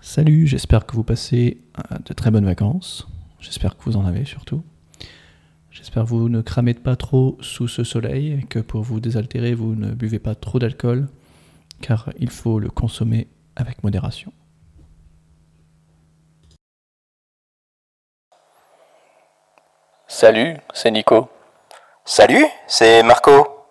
Salut, j'espère que vous passez euh, de très bonnes vacances. J'espère que vous en avez surtout. J'espère que vous ne cramez pas trop sous ce soleil, et que pour vous désaltérer, vous ne buvez pas trop d'alcool, car il faut le consommer avec modération. Salut, c'est Nico. Salut, c'est Marco.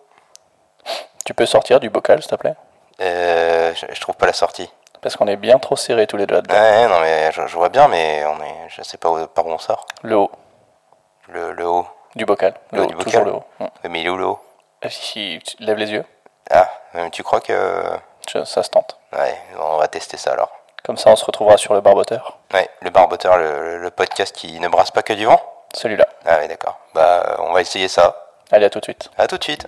Tu peux sortir du bocal, s'il te plaît Euh, je, je trouve pas la sortie. Parce qu'on est bien trop serrés tous les deux là-dedans. Ouais, non mais je, je vois bien, mais on est, je sais pas où- par où on sort. Le haut Le, le haut. du bocal. Le Ah. Le haut, haut du toujours bocal. le haut. Hum. Oui, Mais il est où le haut Ah, Si, si, tu- lève les yeux, Ah, euh, tu crois que Je- ça se tente. Ouais, on va tester ça alors. Comme ça, on se retrouvera sur le barboteur. Ouais, le barboteur, le, le podcast qui ne brasse pas que du vent. Celui-là. Ah ouais, d'accord. Bah, euh, on va essayer ça. Allez, à tout de suite. À tout de suite.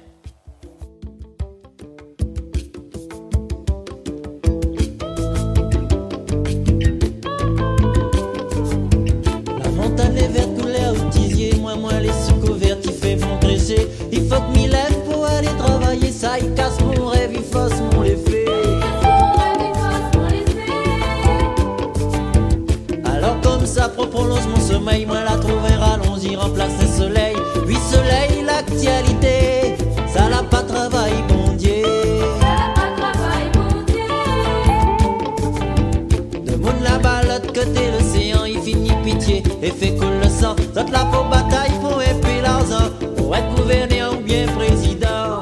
La montagne est verte tous les outisiers, moi moi les sucres verts qui fait mon crécher. Il faut que m'y lève pour aller travailler, ça il casse mon rêve, il fausse mon effet. Alors comme ça pro- prolonge mon sommeil, moi la trouver allons-y remplacer soleil. Oui soleil, l'actualité, ça l'a pas travail bon Dieu. De monde là-bas, l'autre côté l'océan, il finit pitié et fait coule le sang. D'autres la peau bataille pour épiler l'argent, pour être gouverneur ou bien président.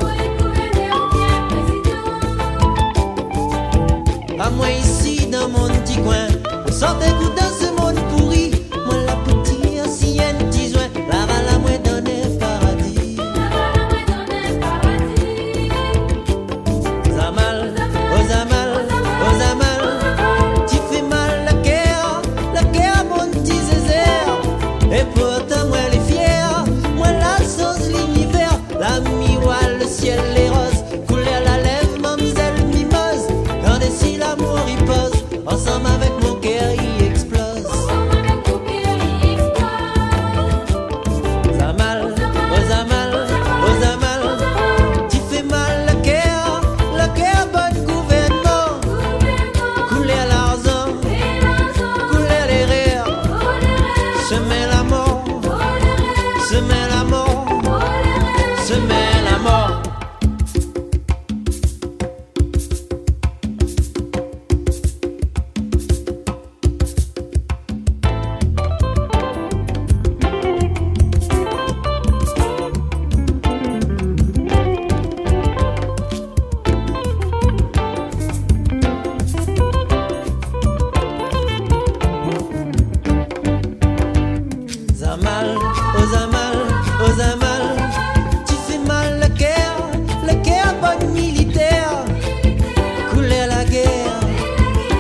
À moi ici dans mon petit coin On sort des coups dans ce monde pourri Moi la petite ancienne petit joint La vala moi dans le paradis Zamal, oh Zamal, oh Zamal Tu fais mal la guerre, la guerre mon petit zézère Et pourtant moi elle est fière Moi la sauce l'univers La miroir, le ciel, les roses Couler à la lèvre, mamzelle mimose Quand et si l'amour y pose Ensemble avec mon cœur il explose Zamal, oh Zamal, oh Zamal Tu fais mal la guerre, la guerre bonne gouvernement Couler à l'argent, couler les rires Semer la mort, semer la mort, semer la mort. Zamal, oh Zamal, oh Zamal, tu fais mal la guerre, la guerre bonne militaire. Couler à la guerre,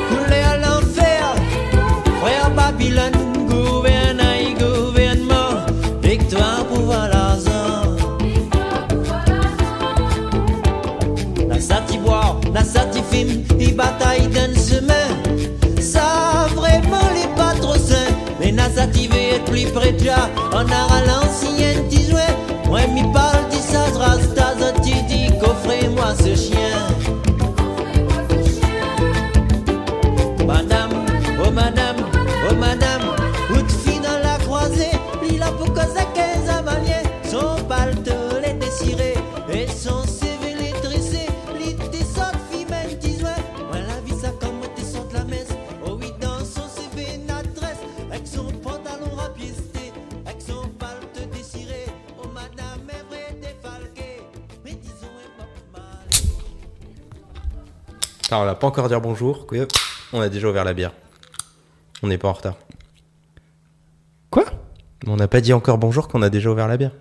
couler à l'enfer. Frère Babylone, gouvernail, gouvernement, victoire pouvoir l'argent. La sati boire, la sati film, ils bataille d'un chemin. Ça vraiment les pas trop sain. Mais na sati veut être plus près de toi. On a ralenti un petit jouet. Moi mi parle du sas rasta zoti dit qu'offrez-moi ce chien. Madame, oh madame, oh madame, où te fille dans la croisée. Il a pour cause à 15 amaliens. Son paletot les déchiré et son CV les dressé. Il était sorte fille même qui jouait. Moi la vie ça comme t'es sorte la messe. Oh oui dans son CV une adresse avec son pantalon rapiesté, avec son paletot déchiré. Oh madame est vraie défalquée, mais disons elle pas mal. Alors, Ah, on va pas encore dire bonjour. que On a déjà ouvert la bière. On n'est pas en retard. Quoi On n'a pas dit encore bonjour qu'on a déjà ouvert la bière.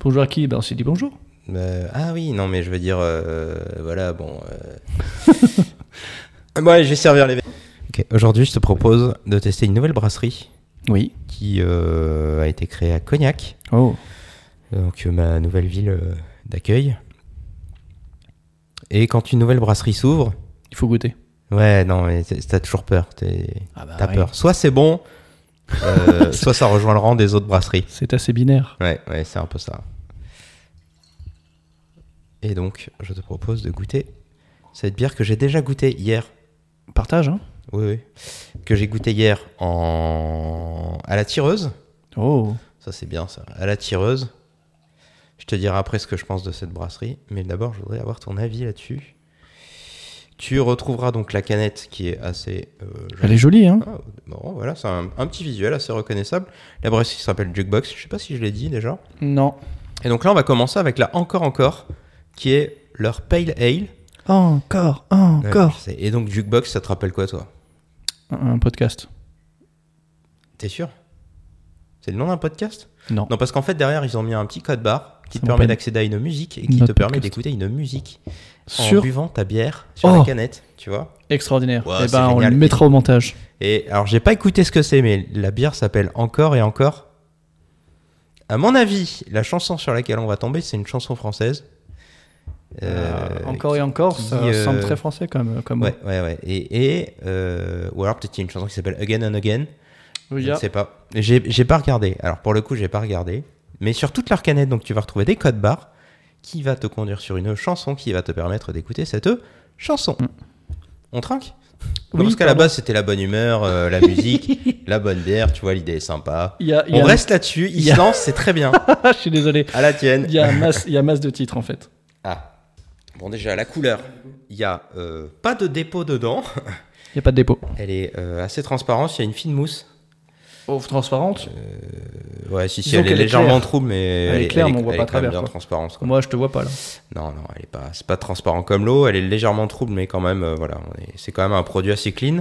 Bonjour à qui Ben on s'est dit bonjour. Euh, ah oui, non, mais je veux dire, euh, voilà, bon. euh. bon, allez, je vais servir les. verres. Ok, aujourd'hui, je te propose de tester une nouvelle brasserie Oui. qui euh, a été créée à Cognac, Oh. donc euh, ma nouvelle ville euh, d'accueil. Et quand une nouvelle brasserie s'ouvre, Il faut goûter. ouais, non, mais t'es- t'as toujours peur. t'es- Ah bah T'as ouais. peur. Soit c'est bon, euh, soit ça rejoint le rang des autres brasseries. C'est assez binaire. Ouais, ouais, c'est un peu ça. Et donc, je te propose de goûter cette bière que j'ai déjà goûtée hier. Partage, hein oui, oui. Que j'ai goûté hier en... à la tireuse. Oh, Ça, c'est bien, ça. À la tireuse. Je te dirai après ce que je pense de cette brasserie. Mais d'abord, je voudrais avoir ton avis là-dessus. Tu retrouveras donc la canette qui est assez. euh, elle est jolie, hein ah, bon, voilà, c'est un, un petit visuel assez reconnaissable. La brasserie s'appelle Jukebox, je sais pas si je l'ai dit déjà. Non. Et donc là, on va commencer avec la Encore Encore, qui est leur Pale Ale. Encore, encore. Ouais, c'est- Et donc Jukebox, ça te rappelle quoi, toi Un un podcast. Oh. T'es sûr C'est le nom d'un podcast Non. Non, parce qu'en fait, derrière, ils ont mis un petit code barre qui te Ça permet m'appelle. d'accéder à une musique et qui Notre te permet podcast. d'écouter une musique en Sur buvant ta bière sur Oh. la canette, tu vois extraordinaire. Ouah, eh c'est ben, on génial. le mettra au montage. Et alors, j'ai pas écouté ce que c'est, mais la bière s'appelle Encore et Encore. À mon avis, la chanson sur laquelle on va tomber, c'est une chanson française. Euh, encore et encore, qui, ça euh, semble très français comme comme. Ouais, ouais, ouais. Et, et, euh, ou alors peut-être qu'il y a une chanson qui s'appelle Again and Again. Oui, Je il y a- ne sais pas. J'ai j'ai pas regardé. Alors pour le coup, j'ai pas regardé. Mais sur toute leur canette, donc tu vas retrouver des codes barres qui va te conduire sur une chanson qui va te permettre d'écouter cette chanson. On trinque Non, Mm. Oui, Parce qu'à la pardon. base, c'était la bonne humeur, euh, la musique, la bonne bière. Tu vois, l'idée est sympa. Il y a, il y On a- reste là-dessus. Ils il y a- se lancent, c'est très bien. je suis désolé. À la tienne. Il y a masse, il y a masse de titres en fait. Ah. Bon, déjà, la couleur. Il y a euh, pas de dépôt dedans. Il y a pas de dépôt. Elle est euh, assez transparente. Il y a une fine mousse. Euh, Oh, transparente. Ouais, si, si, Disons elle est qu'elle est légèrement claire. trouble, mais elle, est claire, mais on voit pas elle est quand même à travers, bien quoi. transparente. quoi. Moi, je te vois pas là. Non, non, elle est pas, c'est pas transparent comme l'eau, elle est légèrement trouble, mais quand même, euh, voilà, on est- c'est quand même un produit assez clean.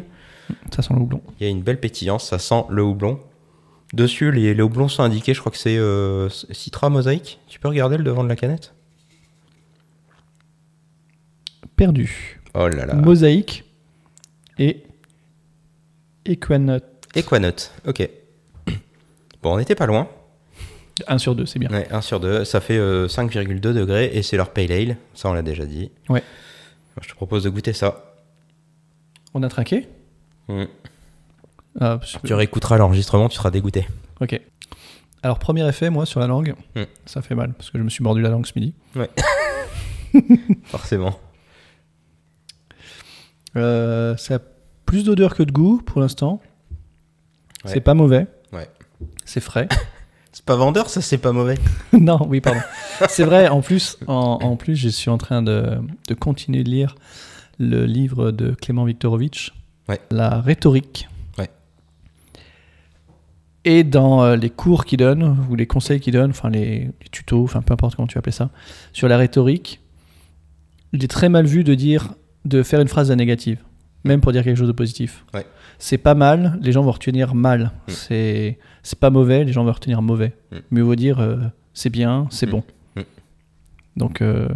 Ça sent le houblon. Il y a une belle pétillance, ça sent le houblon. Dessus, les, les houblons sont indiqués, je crois que c'est euh, Citra Mosaïque. Tu peux regarder le devant de la canette Perdu. Oh là là. Mosaïque et Equanote. Equanote, ok. Bon, on n'était pas loin. 1 sur 2, c'est bien. Ouais, 1 sur 2, ça fait euh, 5,2 degrés et c'est leur pale ale, ça on l'a déjà dit. Ouais. Moi, Je te propose de goûter ça. On a traqué Mm. Ah, parce- Tu réécouteras l'enregistrement, tu seras dégoûté. Ok. Alors, premier effet, moi, sur la langue, Hmm. ça fait mal, parce que je me suis mordu la langue ce midi. Forcément. Euh, ça a plus d'odeur que de goût, pour l'instant. Ouais. C'est pas mauvais. Ouais. C'est frais. C'est pas vendeur, ça c'est pas mauvais. non, oui, pardon. C'est vrai, en plus, en, en plus, je suis en train de, de continuer de lire le livre de Clément Viktorovitch, Ouais. La rhétorique. Ouais. Et dans euh, les cours qu'il donne, ou les conseils qu'il donne, enfin les, les tutos, enfin peu importe comment tu appelles ça, sur la rhétorique, il est très mal vu de dire, de faire une phrase à négative, même pour dire quelque chose de positif. Ouais. C'est pas mal, les gens vont retenir mal. Mm. C'est, c'est pas mauvais, les gens vont retenir mauvais. Mm. Mieux vaut dire euh, c'est bien, c'est Mm. bon. Mm. Donc, euh,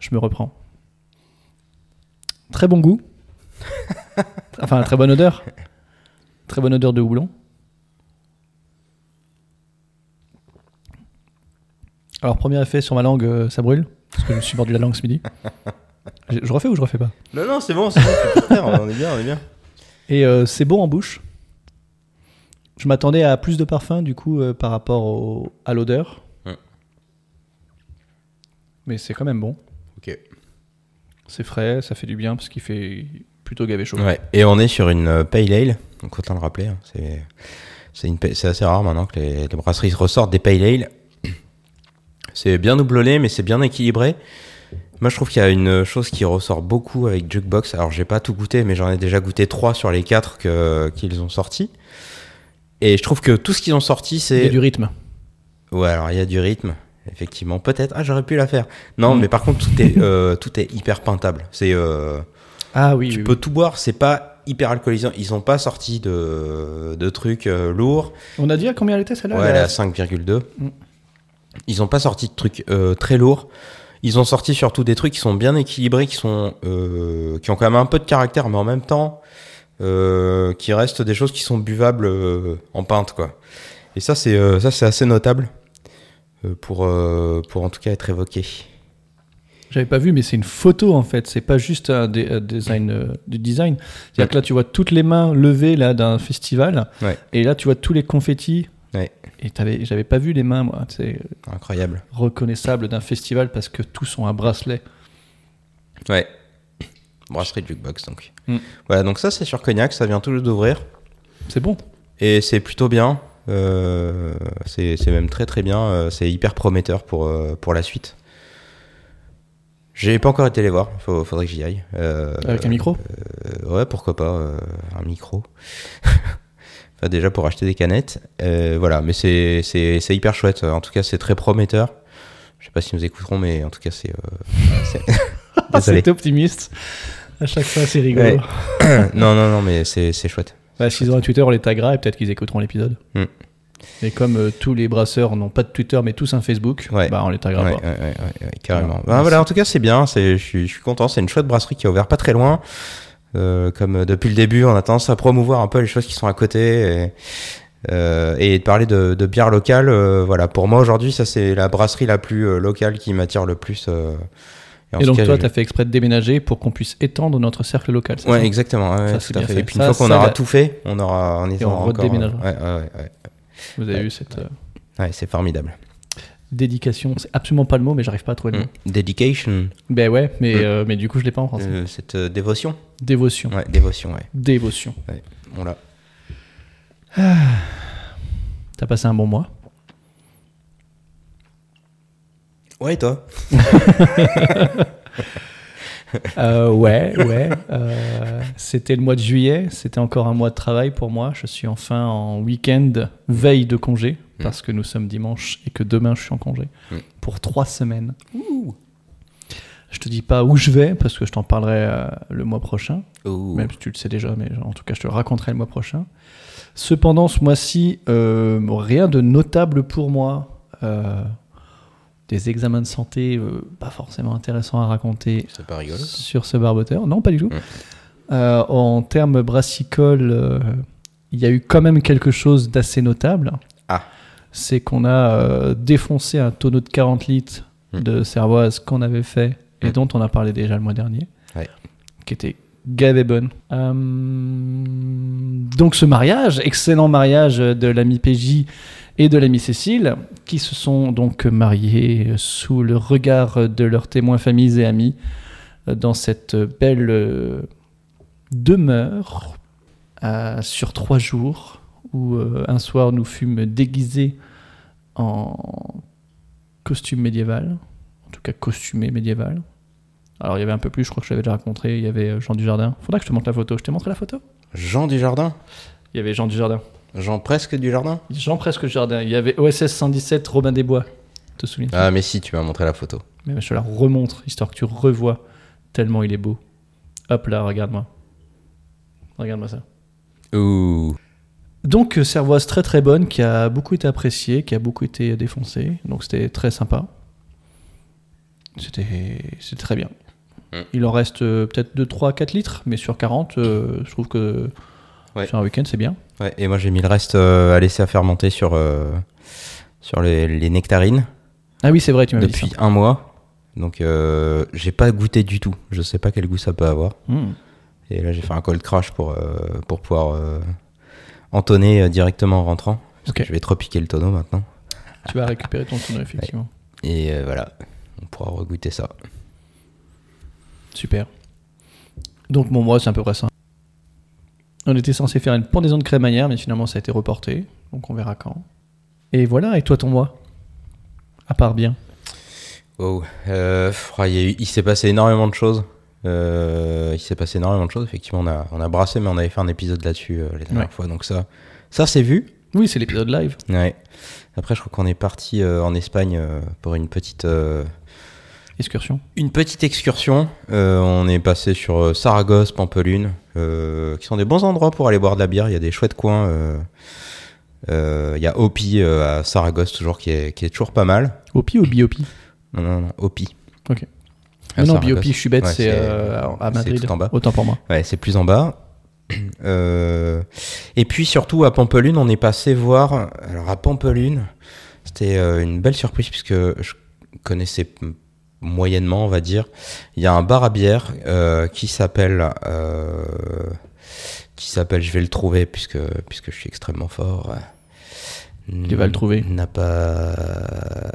je me reprends. Très bon goût. enfin, très bonne odeur. Très bonne odeur de houblon. Alors, premier effet sur ma langue, euh, ça brûle. Parce que je me suis mordu la langue ce midi. Je, je refais ou je refais pas Non, non, c'est bon, c'est bon, tu peux le faire, on est bien, on est bien. Et euh, c'est beau en bouche. Je m'attendais à plus de parfum, du coup, euh, par rapport au- à l'odeur. Ouais. Mais c'est quand même bon. Ok. C'est frais, ça fait du bien parce qu'il fait plutôt gavé chaud. Ouais, et on est sur une euh, Pale Ale, donc autant le rappeler, hein, c'est, c'est, une, pa- c'est assez rare maintenant que les, les brasseries ressortent des Pale Ale. C'est bien doublonné, mais c'est bien équilibré. Moi, je trouve qu'il y a une chose qui ressort beaucoup avec Jukebox. Alors, j'ai pas tout goûté, mais j'en ai déjà goûté 3 sur les 4 que, qu'ils ont sortis. Et je trouve que tout ce qu'ils ont sorti, Il y c'est a du rythme. Ouais, alors il y a du rythme, effectivement. Peut-être. Ah, j'aurais pu la faire. Non, Mm. mais par contre, tout est, euh, tout est hyper peintable. C'est, euh, Ah oui, tu oui, peux tout boire. C'est pas hyper alcoolisant. Ils ont pas sorti de, de trucs euh, lourds. oui. On a dit à combien elle était celle-là ouais, elle elle a- est à 5,2. Mm. Ils ont pas sorti de trucs euh, très lourds. Ils ont sorti surtout des trucs qui sont bien équilibrés, qui sont, euh, qui ont quand même un peu de caractère, mais en même temps, euh, qui restent des choses qui sont buvables euh, en pinte, quoi. Et ça, c'est, euh, ça, c'est assez notable euh, pour, euh, pour en tout cas être évoqué. J'avais pas vu, mais c'est une photo en fait. C'est pas juste un, dé- un design euh, du design. C'est-à-dire Mm. que là, tu vois toutes les mains levées là d'un festival, Ouais. et là, tu vois tous les confettis. Ouais. Et t'avais- j'avais pas vu les mains, moi. C'est Incroyable. reconnaissable d'un festival parce que tous ont un bracelet. Ouais. Brasserie Jukebox, donc. Mm. Voilà, donc ça, c'est sur Cognac, ça vient tout juste d'ouvrir. C'est bon. Et c'est plutôt bien. euh, c'est c'est même très très bien. euh, c'est hyper prometteur pour, euh, pour la suite. J'ai pas encore été les voir. Faut, faudrait que j'y aille. Euh, Avec un micro euh, ouais, pourquoi pas euh, un micro. Enfin, déjà pour acheter des canettes. Euh, voilà, mais c'est c'est- c'est hyper chouette. En tout cas, c'est très prometteur. Je sais pas si nous écouterons, mais en tout cas, c'est. euh, c'est- Ah, Désolé. C'était optimiste. À chaque fois, c'est rigolo. Ouais. non, non, non, mais c'est c'est chouette. Bah, s'ils ont un Twitter, on les taguera et peut-être qu'ils écouteront l'épisode. Hmm. Et comme euh, tous les brasseurs n'ont pas de Twitter mais tous un Facebook, Ouais. bah, on les taguera Ouais, pas. ouais, ouais, ouais, ouais, carrément. Voilà. Bah, voilà, en tout cas, c'est bien. c'est- Je suis je suis content. C'est une chouette brasserie qui a ouvert pas très loin. Euh, comme euh, depuis le début, on a tendance à promouvoir un peu les choses qui sont à côté et, euh, et de parler de, de bière locale. euh, voilà, pour moi aujourd'hui, ça c'est la brasserie la plus euh, locale qui m'attire le plus. euh. en Et tout donc, cas, toi, je- t'as fait exprès de déménager pour qu'on puisse étendre notre cercle local. c'est Ouais, ça exactement. ouais, Ça, c'est tout à bien fait. fait. Et puis une Ça, fois qu'on ça, aura la- tout fait, on aura, on Et y on sera encore, euh, redéménagera. Ouais, ouais, ouais, ouais. Vous avez Ouais. eu cette euh, Ouais, c'est formidable. dédication. C'est absolument pas le mot, mais j'arrive pas à trouver le mot. Mm. Dedication, Ben ouais, mais, Mm. euh, mais du coup, je l'ai pas en français. euh, cette euh, dévotion. Dévotion. Ouais, dévotion, ouais. Dévotion. On l'a. T'as passé un bon mois Ouais, et toi Euh, ouais, ouais. euh, c'était le mois de juillet, c'était encore un mois de travail pour moi. Je suis enfin en week-end, veille de congé, Mm. parce que nous sommes dimanche et que demain je suis en congé, Mm. pour trois semaines. Je te dis pas où je vais, parce que je t'en parlerai euh, le mois prochain, Ouh. même si tu le sais déjà, mais en tout cas je te le raconterai le mois prochain. Cependant, ce mois-ci, euh, rien de notable pour moi. Euh, des examens de santé euh, pas forcément intéressants à raconter C'est pas rigolo. ça. sur ce barboteur. Non, pas du tout. Mm. Euh, en termes brassicole, euh, il y a eu quand même quelque chose d'assez notable. Ah. C'est qu'on a euh, défoncé un tonneau de 40 litres Mm. de cervoise qu'on avait fait et Mm. dont on a parlé déjà le mois dernier, Ouais. qui était gavé bonne. Euh, donc ce mariage, excellent mariage de l'ami PJ et de l'ami Cécile, qui se sont donc mariés sous le regard de leurs témoins, familles et amis, euh, dans cette belle euh, demeure euh, sur trois jours, où euh, un soir nous fûmes déguisés en costume médiéval, en tout cas costumé médiéval. Alors il y avait un peu plus, je crois que je l'avais déjà raconté, il y avait euh, Jean Dujardin. Faudra que je te montre la photo, je t'ai montré la photo Jean du Jardin Il y avait Jean Dujardin. Jean presque du Jardin Jean presque Jardin. Il y avait OSS 117, Robin des Bois. Je te souviens Ah mais si, tu m'as montré la photo. Mais je te la remontre, histoire que tu revois tellement il est beau. Hop là, regarde-moi. Regarde-moi ça. Ouh. Donc, euh, Servoise très très bonne, qui a beaucoup été appréciée, qui a beaucoup été défoncée. Donc, c'était très sympa. C'était c'était très bien. Mm. Il en reste euh, peut-être 2, 3, 4 litres, mais sur 40, euh, je trouve que Ouais. sur un week-end, c'est bien. Ouais, et moi j'ai mis le reste euh, à laisser à fermenter sur, euh, sur les, les nectarines Ah oui, c'est vrai, tu m'avais dit depuis ça. un mois. Donc euh, j'ai pas goûté du tout. Je sais pas quel goût ça peut avoir. Mm. Et là j'ai fait un cold crash pour, euh, pour pouvoir euh, entonner euh, directement en rentrant. Parce Ok. que je vais trop piquer le tonneau maintenant. Tu vas récupérer ton tonneau, effectivement. Et euh, voilà, on pourra regoûter ça. Super. Donc mon mois, c'est à peu près ça. On était censé faire une pendaison de crémaillère, mais finalement ça a été reporté, donc on verra quand. Et voilà, et toi ton mois À part bien. Wow. Euh, pff, ah, il y a eu- il s'est passé énormément de choses. Euh, il s'est passé énormément de choses. Effectivement, on a, on a brassé, mais on avait fait un épisode là-dessus euh, les dernières Ouais. fois. Donc ça, ça c'est vu. Oui, c'est l'épisode live. Ouais. Après, je crois qu'on est parti euh, en Espagne euh, pour une petite, euh, Excursion. une petite excursion. Euh, on est passé sur euh, Saragosse, Pampelune, euh, qui sont des bons endroits pour aller boire de la bière. Il y a des chouettes coins. euh, euh, il y a Opi euh, à Saragosse toujours qui est, qui est toujours pas mal. Opi ou Biopi Non, non, non, Opi. Ok. À Ah Non, Saragosse. Biopi, je suis bête, Ouais, c'est euh, à c'est Madrid. tout en bas. Autant pour moi. Ouais, c'est plus en bas. Euh, et puis surtout à Pampelune, on est passé voir. Alors à Pampelune, c'était euh, une belle surprise puisque je connaissais p- moyennement, on va dire. Il y a un bar à bière euh, qui s'appelle. euh, qui s'appelle. Je vais le trouver puisque, puisque je suis extrêmement fort. Tu vas le trouver. Napa,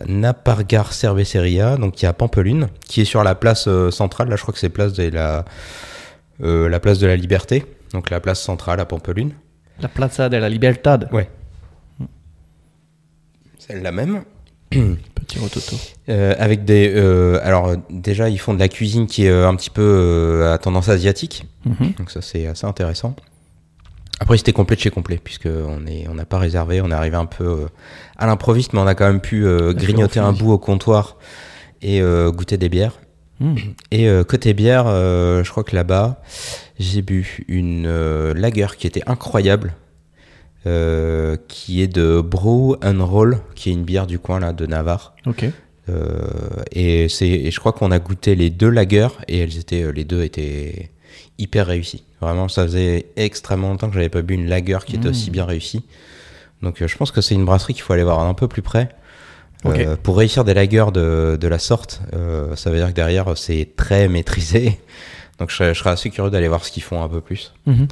Napargar Cerveceria, donc qui est à Pampelune, qui est sur la place euh, centrale. Là, je crois que c'est place de la euh, la place de la Liberté, donc la place centrale à Pampelune. La Plaza de la Libertad. Ouais. Celle-là même. Petit rototo. Euh, avec des. euh, alors, euh, déjà, ils font de la cuisine qui est euh, un petit peu euh, à tendance asiatique. Mhm. Donc, ça, c'est assez intéressant. Après, c'était complet de chez complet, puisqu'on on n'a pas réservé. On est arrivé un peu euh, à l'improviste, mais on a quand même pu euh, grignoter un bout au comptoir et euh, goûter des bières. Hmm. Et euh, côté bière, euh, je crois que là-bas, j'ai bu une euh, lager qui était incroyable, euh, qui est de Brew and Roll, qui est une bière du coin là de Navarre. Ok. Euh, et c'est, et je crois qu'on a goûté les deux lagers et elles étaient, euh, les deux étaient hyper réussies. Vraiment, ça faisait extrêmement longtemps que j'avais pas bu une lager qui était Mmh. aussi bien réussie. Donc, euh, je pense que c'est une brasserie qu'il faut aller voir un peu plus près. Ok. Euh, pour réussir des lagers de, de la sorte, euh, ça veut dire que derrière c'est très maîtrisé. Donc je, serais- je serais assez curieux d'aller voir ce qu'ils font un peu plus. Mhm.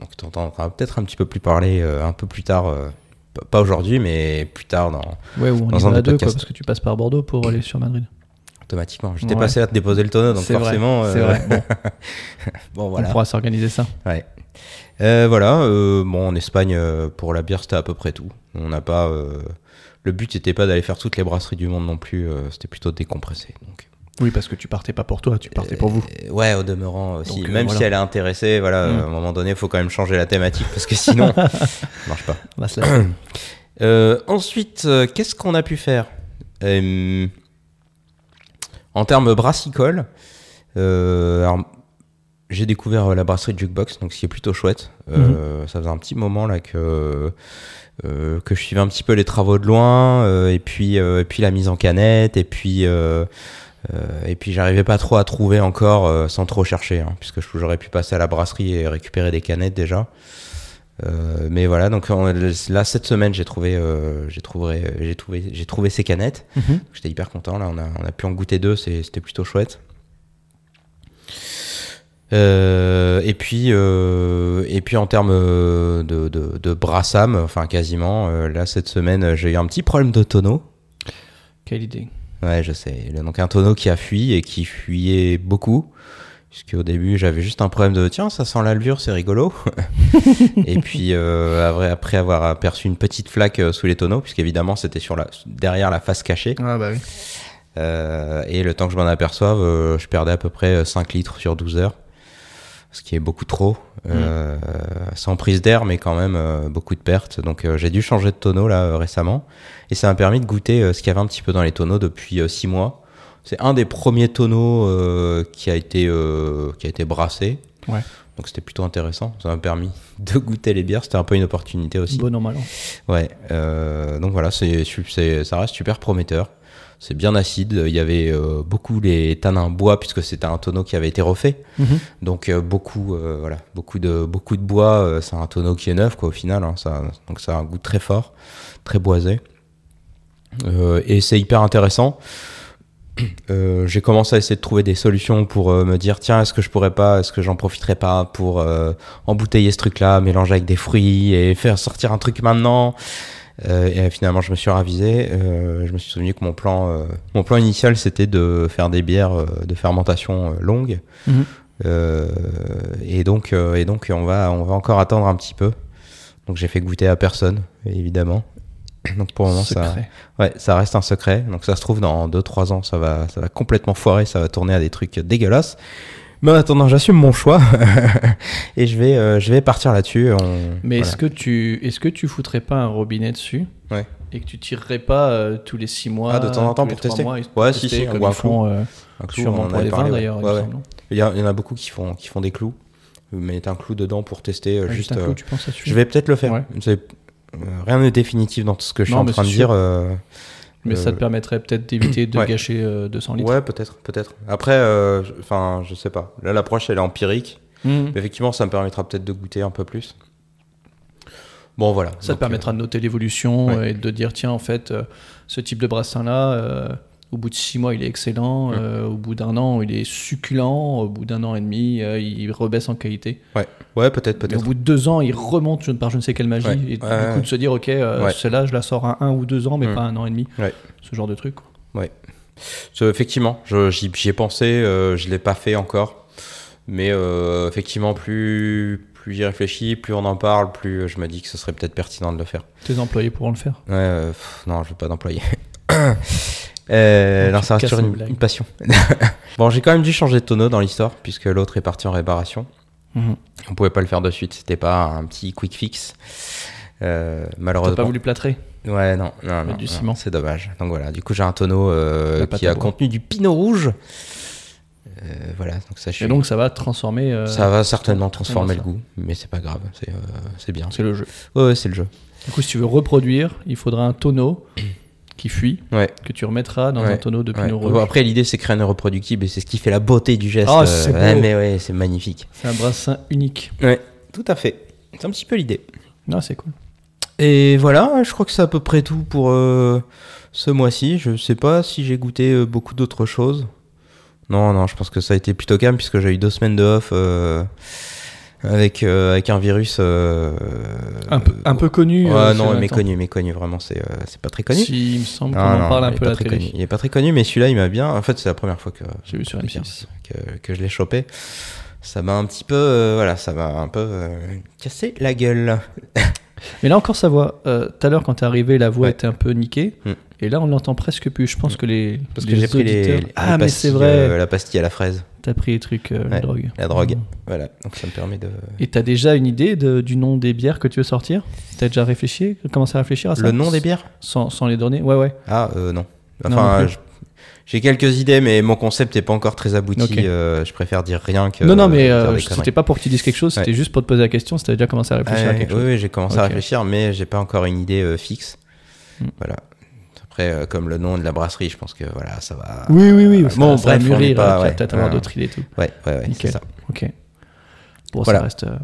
Donc t'entendras peut-être un petit peu plus parler euh, un peu plus tard, euh, p- pas aujourd'hui, mais plus tard dans, Ouais, ou on Dans y un va des à deux, quoi, podcasts. parce que tu passes par Bordeaux pour aller sur Madrid. automatiquement. J'étais Ouais. passé à te déposer le tonneau, Ah, donc C'est vrai, forcément. euh, c'est vrai. Bon. bon On voilà. pourra s'organiser ça. Ouais. Euh, voilà. euh, bon, en Espagne, euh, pour la bière, c'était à peu près tout. On n'a pas. euh, le but n'était pas d'aller faire toutes les brasseries du monde non plus. euh, c'était plutôt de décompresser. Donc. Oui, parce que tu partais pas pour toi, tu partais pour vous. Euh, ouais, au demeurant aussi. Donc, euh, même voilà. si elle est intéressée, voilà, Mm. euh, à un moment donné, il faut quand même changer la thématique parce que sinon, ça marche pas. On va se lasser. Euh, ensuite, euh, qu'est-ce qu'on a pu faire Euh, En termes brassicole, euh, alors, j'ai découvert euh, la brasserie Jukebox, donc ce qui est plutôt chouette. Euh, Ça faisait un petit moment là que, euh, que je suivais un petit peu les travaux de loin, euh, et, puis, euh, et puis la mise en canette, et puis. euh, euh, et puis j'arrivais pas trop à trouver encore euh, sans trop chercher, hein, puisque je- j'aurais pu passer à la brasserie et récupérer des canettes déjà. Euh, mais voilà, donc on- là cette semaine j'ai trouvé, euh, j'ai trouvé, j'ai trouvé, j'ai trouvé ces canettes. Mhm. J'étais hyper content. Là, on a, on a pu en goûter deux. c'est- C'était plutôt chouette. Euh, et puis, euh, et puis en termes euh, de, de, de brassam, enfin quasiment. euh, là cette semaine, j'ai eu un petit problème de tonneau. Quelle idée. Ouais, je sais. Le- Donc un tonneau qui a fui et qui fuyait beaucoup. Puisque au début, j'avais juste un problème de tiens, ça sent l'alvure, c'est rigolo. et puis euh, après- après avoir aperçu une petite flaque euh, sous les tonneaux, puisqu'évidemment c'était sur la derrière la face cachée. Ah bah oui. Euh, et le temps que je m'en aperçoive, euh, je perdais à peu près euh, 5 litres sur 12 heures, ce qui est beaucoup trop. Euh, Sans prise d'air, mais quand même euh, beaucoup de pertes. Donc euh, j'ai dû changer de tonneau là euh, récemment. Et ça m'a permis de goûter euh, ce qu'il y avait un petit peu dans les tonneaux depuis 6 mois. C'est un des premiers tonneaux euh, qui, a été, euh, qui a été brassé. Ouais. Donc c'était plutôt intéressant. Ça m'a permis de goûter les bières. C'était un peu une opportunité aussi. Bon hein. an, mal an. Ouais, euh, donc voilà, c'est, c'est- ça reste super prometteur. C'est bien acide. Il y avait euh, beaucoup les tanins bois puisque c'était un tonneau qui avait été refait. Mhm. Donc euh, beaucoup, euh, voilà, beaucoup de beaucoup de bois. euh, c'est un tonneau qui est neuf quoi au final. hein, ça, donc ça a un goût très fort, très boisé. Euh, et c'est hyper intéressant. Euh, j'ai commencé à essayer de trouver des solutions pour euh, me dire tiens est-ce que je pourrais pas est-ce que j'en profiterais pas pour euh, embouteiller ce truc là mélanger avec des fruits et faire sortir un truc maintenant Euh, et euh, finalement je me suis ravisé Euh, je me suis souvenu que mon plan euh, mon plan initial c'était de faire des bières euh, de fermentation euh, longue Mhm. Euh, et donc euh, et donc on va on va encore attendre un petit peu donc j'ai fait goûter à personne évidemment donc pour le moment ça Secret. Ouais, ça reste un secret. Donc ça se trouve dans 2-3 ans, ça va, ça va complètement foirer, ça va tourner à des trucs dégueulasses. Mais en attendant, j'assume mon choix et je vais, euh, je vais partir là-dessus. On- Mais voilà. est-ce que tu est-ce que tu foutrais pas un robinet dessus Ouais. et que tu tirerais pas euh, tous les 6 mois Ah, de temps en temps tous les pour trois tester. mois, et Ouais, tester si, si, on comme boit un ils font euh, Un clou, on sûrement en pour avait les parlé, vins ouais. d'ailleurs, il Ouais, me ouais. semble. Il, y a- il y en a beaucoup qui font, qui font des clous, mais un clou dedans pour tester. euh, Ah, juste, un euh, coup, tu penses à je suivre. vais peut-être le faire. Ouais. C'est- euh, rien de définitif dans tout ce que je suis Non, en mais train de c'est dire. sûr. euh, Mais ça euh, te permettrait peut-être d'éviter de ouais. gâcher euh, 200 litres. Ouais, peut-être, peut-être. Après, euh, je- enfin, je sais pas. Là, l'approche, elle est empirique. Mhm. Mais Effectivement, ça me permettra peut-être de goûter un peu plus. Bon, voilà. Ça Donc, euh, te permettra de noter l'évolution ouais. euh, et de dire tiens en fait euh, ce type de brassin là au bout de 6 mois il est excellent, Mm. euh, au bout d'un an il est succulent, au bout d'un an et demi euh, il rebaisse en qualité. euh, Ouais, peut-être, Mais au peut-être. bout de deux ans, il remonte je ne- par je ne sais quelle magie. Ouais. Et Ouais, du ouais, coup, ouais. de se dire, ok, euh, Ouais. celle-là, je la sors à un ou deux ans, mais Mm. pas à un an et demi. Ouais. Ce genre de truc. quoi. Ce- Effectivement, je- j'y j'y ai pensé, euh, je l'ai pas fait encore. Mais euh, effectivement, plus, plus j'y réfléchis, plus on en parle, plus je me dis que ce serait peut-être pertinent de le faire. Tes employés pourront le faire. Ouais, euh, pff, non, je veux pas d'employé. Euh, Tu non, ça reste casses sur une une, blague. une passion. bon, j'ai quand même dû changer de tonneau dans l'histoire, puisque l'autre est parti en réparation. Mhm. On pouvait pas le faire de suite, c'était pas un petit quick fix. Euh, T'as malheureusement. pas voulu plâtrer Ouais, non, non, non, du non, ciment. c'est dommage. Donc voilà, du coup j'ai un tonneau euh, La pâte qui à a bois. contenu du pinot rouge. Euh, voilà, donc ça, je suis- Et donc ça va transformer. euh, ça va certainement transformer ça. le goût, mais c'est pas grave, c'est euh, c'est bien. C'est le jeu. Ouais, ouais, c'est le jeu. Du coup, si tu veux reproduire, il faudra un tonneau qui fuit, Ouais. que tu remettras dans Ouais, un tonneau de ouais. pinot Bon, rouge. après l'idée c'est créer un reproductible et c'est ce qui fait la beauté du geste. euh, Ah, c'est ouais, beau. mais ouais, c'est magnifique. C'est un brassin unique. Ouais, tout à fait. C'est un petit peu l'idée. Non, c'est cool. Et voilà, je crois que c'est à peu près tout pour euh, ce mois-ci. Je sais pas si j'ai goûté euh, beaucoup d'autres choses. Non, non, je pense que ça a été plutôt calme puisque j'ai eu deux semaines de off euh, avec, euh, avec un virus. euh, Un peu, un peu connu. Ouais, euh, non, Jonathan. méconnu, méconnu, vraiment, c'est euh, c'est pas très connu. Si, il me semble qu'on Non, en non, parle un il est peu pas à la très télé. connu. Il est pas très connu, mais celui-là, il m'a bien. En fait, c'est la première fois que J'ai vu sur Bien, M6. que, que je l'ai chopé. Ça m'a un petit peu, euh, voilà, ça m'a un peu euh, cassé la gueule. Mais là encore sa voix. Euh, Tout à l'heure quand t'es arrivé, la voix Ouais. était un peu niquée. Hmm. Et là on l'entend presque plus. Je pense que les Parce les que j'ai pris les, auditeurs- les ah mais c'est pastilles, vrai. euh, la pastille à la fraise, T'as pris les trucs, euh, la Ouais, drogue. la drogue. Hmm. Voilà, donc ça me permet de. Et t'as déjà une idée de- du nom des bières que tu veux sortir T'as déjà réfléchi Commencé à réfléchir à ça Le nom des bières sans, sans les donner Ouais, ouais. Ah euh, non. Non, Enfin, non je- j'ai quelques idées, mais mon concept n'est pas encore très abouti. Ok. euh, je préfère dire rien que. non, non, mais faire euh, des conneries. c'était pas pour que tu dises quelque chose, c'était Ouais. juste pour te poser la question si t'as déjà commencé à réfléchir à Ouais, quelque oui, chose. oui, j'ai commencé à Ok. réfléchir, mais j'ai pas encore une idée euh, fixe. Hmm. Voilà. Après, euh, comme le nom de la brasserie, je pense que voilà, ça va. Oui, oui, oui. ça- bon, ça va bref, on est mûrir, pas- euh, tu vas ouais. peut-être avoir Ouais. d'autres idées et tout. Ouais, ouais, ouais, c'est Nickel. ça. Ok. Bon, Voilà. ça reste. euh,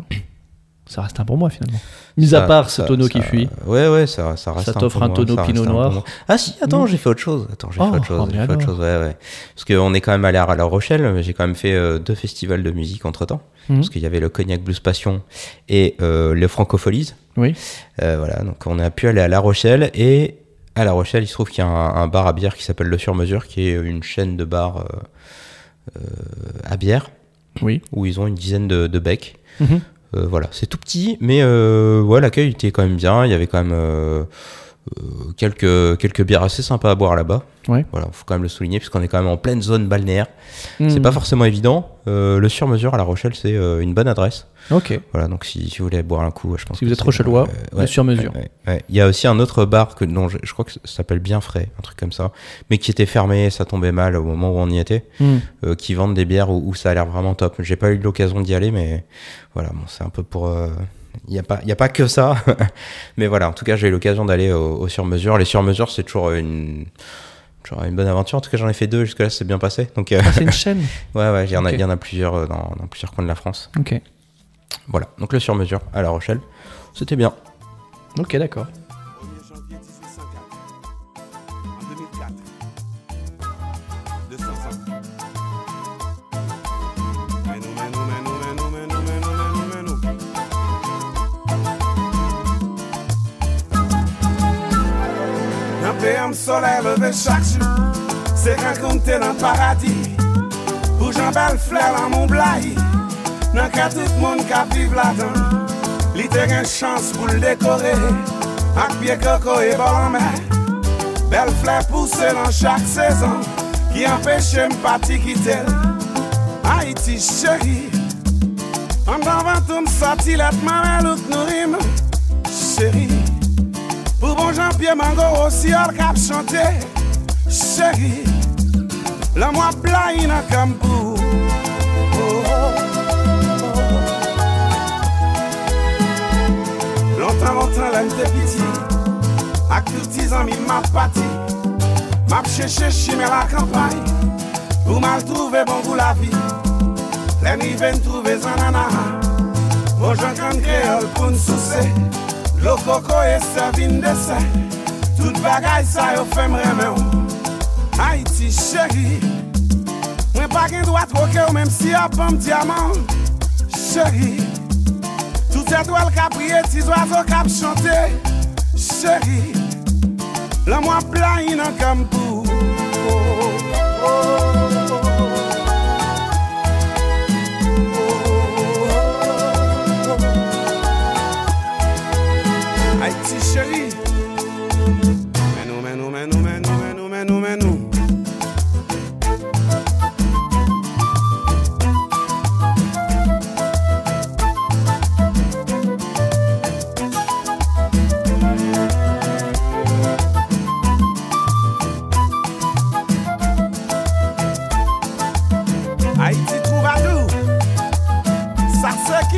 Ça reste un bon mois finalement. Mis Ça- à part ce ça- tonneau ça- qui fuit. Ouais, ouais, ça, ça Ça reste t'offre bon un mois, tonneau ça reste Pinot un bon Noir. mois. Ah si, attends, Mm. j'ai fait autre chose. Attends, j'ai Oh, fait autre chose. oh, j'ai mais fait autre chose, ouais, ouais. Parce qu'on est quand même allé à La Rochelle, mais j'ai quand même fait euh, deux festivals de musique entre temps. Mhm. Parce qu'il y avait le Cognac Blues Passion et euh, le Francopholies. Oui. Euh, voilà, donc on a pu aller à La Rochelle et à La Rochelle, il se trouve qu'il y a un, un bar à bière qui s'appelle Le Sur-Mesure, qui est une chaîne de bars euh, euh, à bière Oui. où ils ont une dizaine de, de becs. Mhm. Euh, voilà, c'est tout petit, mais euh, ouais, l'accueil était quand même bien. Il y avait quand même euh, euh, quelques, quelques bières assez sympas à boire là-bas. Ouais. Voilà, faut quand même le souligner, puisqu'on est quand même en pleine zone balnéaire. C'est Hmm. pas forcément évident. Euh, le sur-mesure à La Rochelle, c'est euh, une bonne adresse. Ok. Voilà, donc si, si vous voulez boire un coup, je pense Si que vous êtes c'est- Rochelois, euh, le sur-mesure. ouais, ouais. Il y a aussi un autre bar que, dont je, je crois que ça s'appelle Bien Frais, un truc comme ça, mais qui était fermé, ça tombait mal au moment où on y était Hmm. euh, qui vendent des bières où, où ça a l'air vraiment top. J'ai pas eu l'occasion d'y aller, mais voilà, bon, c'est un peu pour. Il n'y a, pas- y a pas que ça. mais voilà, en tout cas, j'ai eu l'occasion d'aller au, au sur-mesure. Les sur-mesure, c'est toujours une. toujours une bonne aventure. En tout cas, j'en ai fait deux jusque-là, c'est bien passé. Donc, euh, Ah, c'est une chaîne ouais, ouais, il y, en a- Ok. il y en a plusieurs euh, dans, dans plusieurs coins de la France. Ok. Voilà, donc le sur-mesure à La Rochelle, c'était bien. Ok, d'accord. 1er janvier 1804. En 2004. 205. Mais nous, mais nous, mais nous, mais nous, mais nous, mais nous, mais nous, mais nous. Nan pe am soley leve chak chou Se kan kon te nan paradis Pou jan bel fler lan moun blai Nan ka tout moun ka viv la dan Li te gen chans pou l dekore Ak pye koko e bolan mè Bel fler pousse nan chak sezon Ki empèche m pati kitel Haiti chéri An dan vantoum sati let mè lout nou rim Chéri Pou bon Jean-Pierre Mango osi or kap chante Chéri La mwa pla ina kampou Lontan, lontan lèm te piti Ak touti zami map pati Map chèche chime la kampay Pou mal trouve bon goût la vi Lèm i ven trouve zanana Mwen jan kan kreol pou nsouse Lo koko e servin dese Tout bagay sa yo fem reme ou Haiti chéri Mwen pa gen dwa troke ou Mem si yo pom diamant Chéri Tout etwel ka priye Ti zwazo kap chante Chéri La mwa plan inan kampou oh, oh, oh, oh.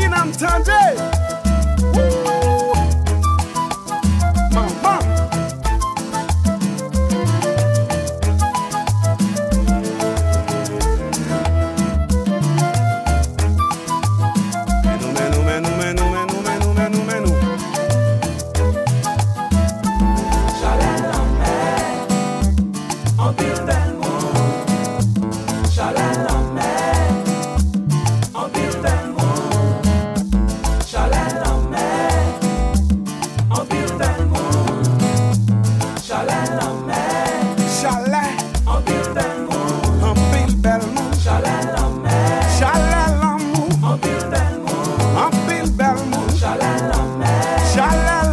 nam tande Wou! Maman Menou, menou, menou, menou, menou, menou, menou, menou Chalet En pile bel moun Chalet l'amour En pile bel moun Chalet l'amour Chalet l'amour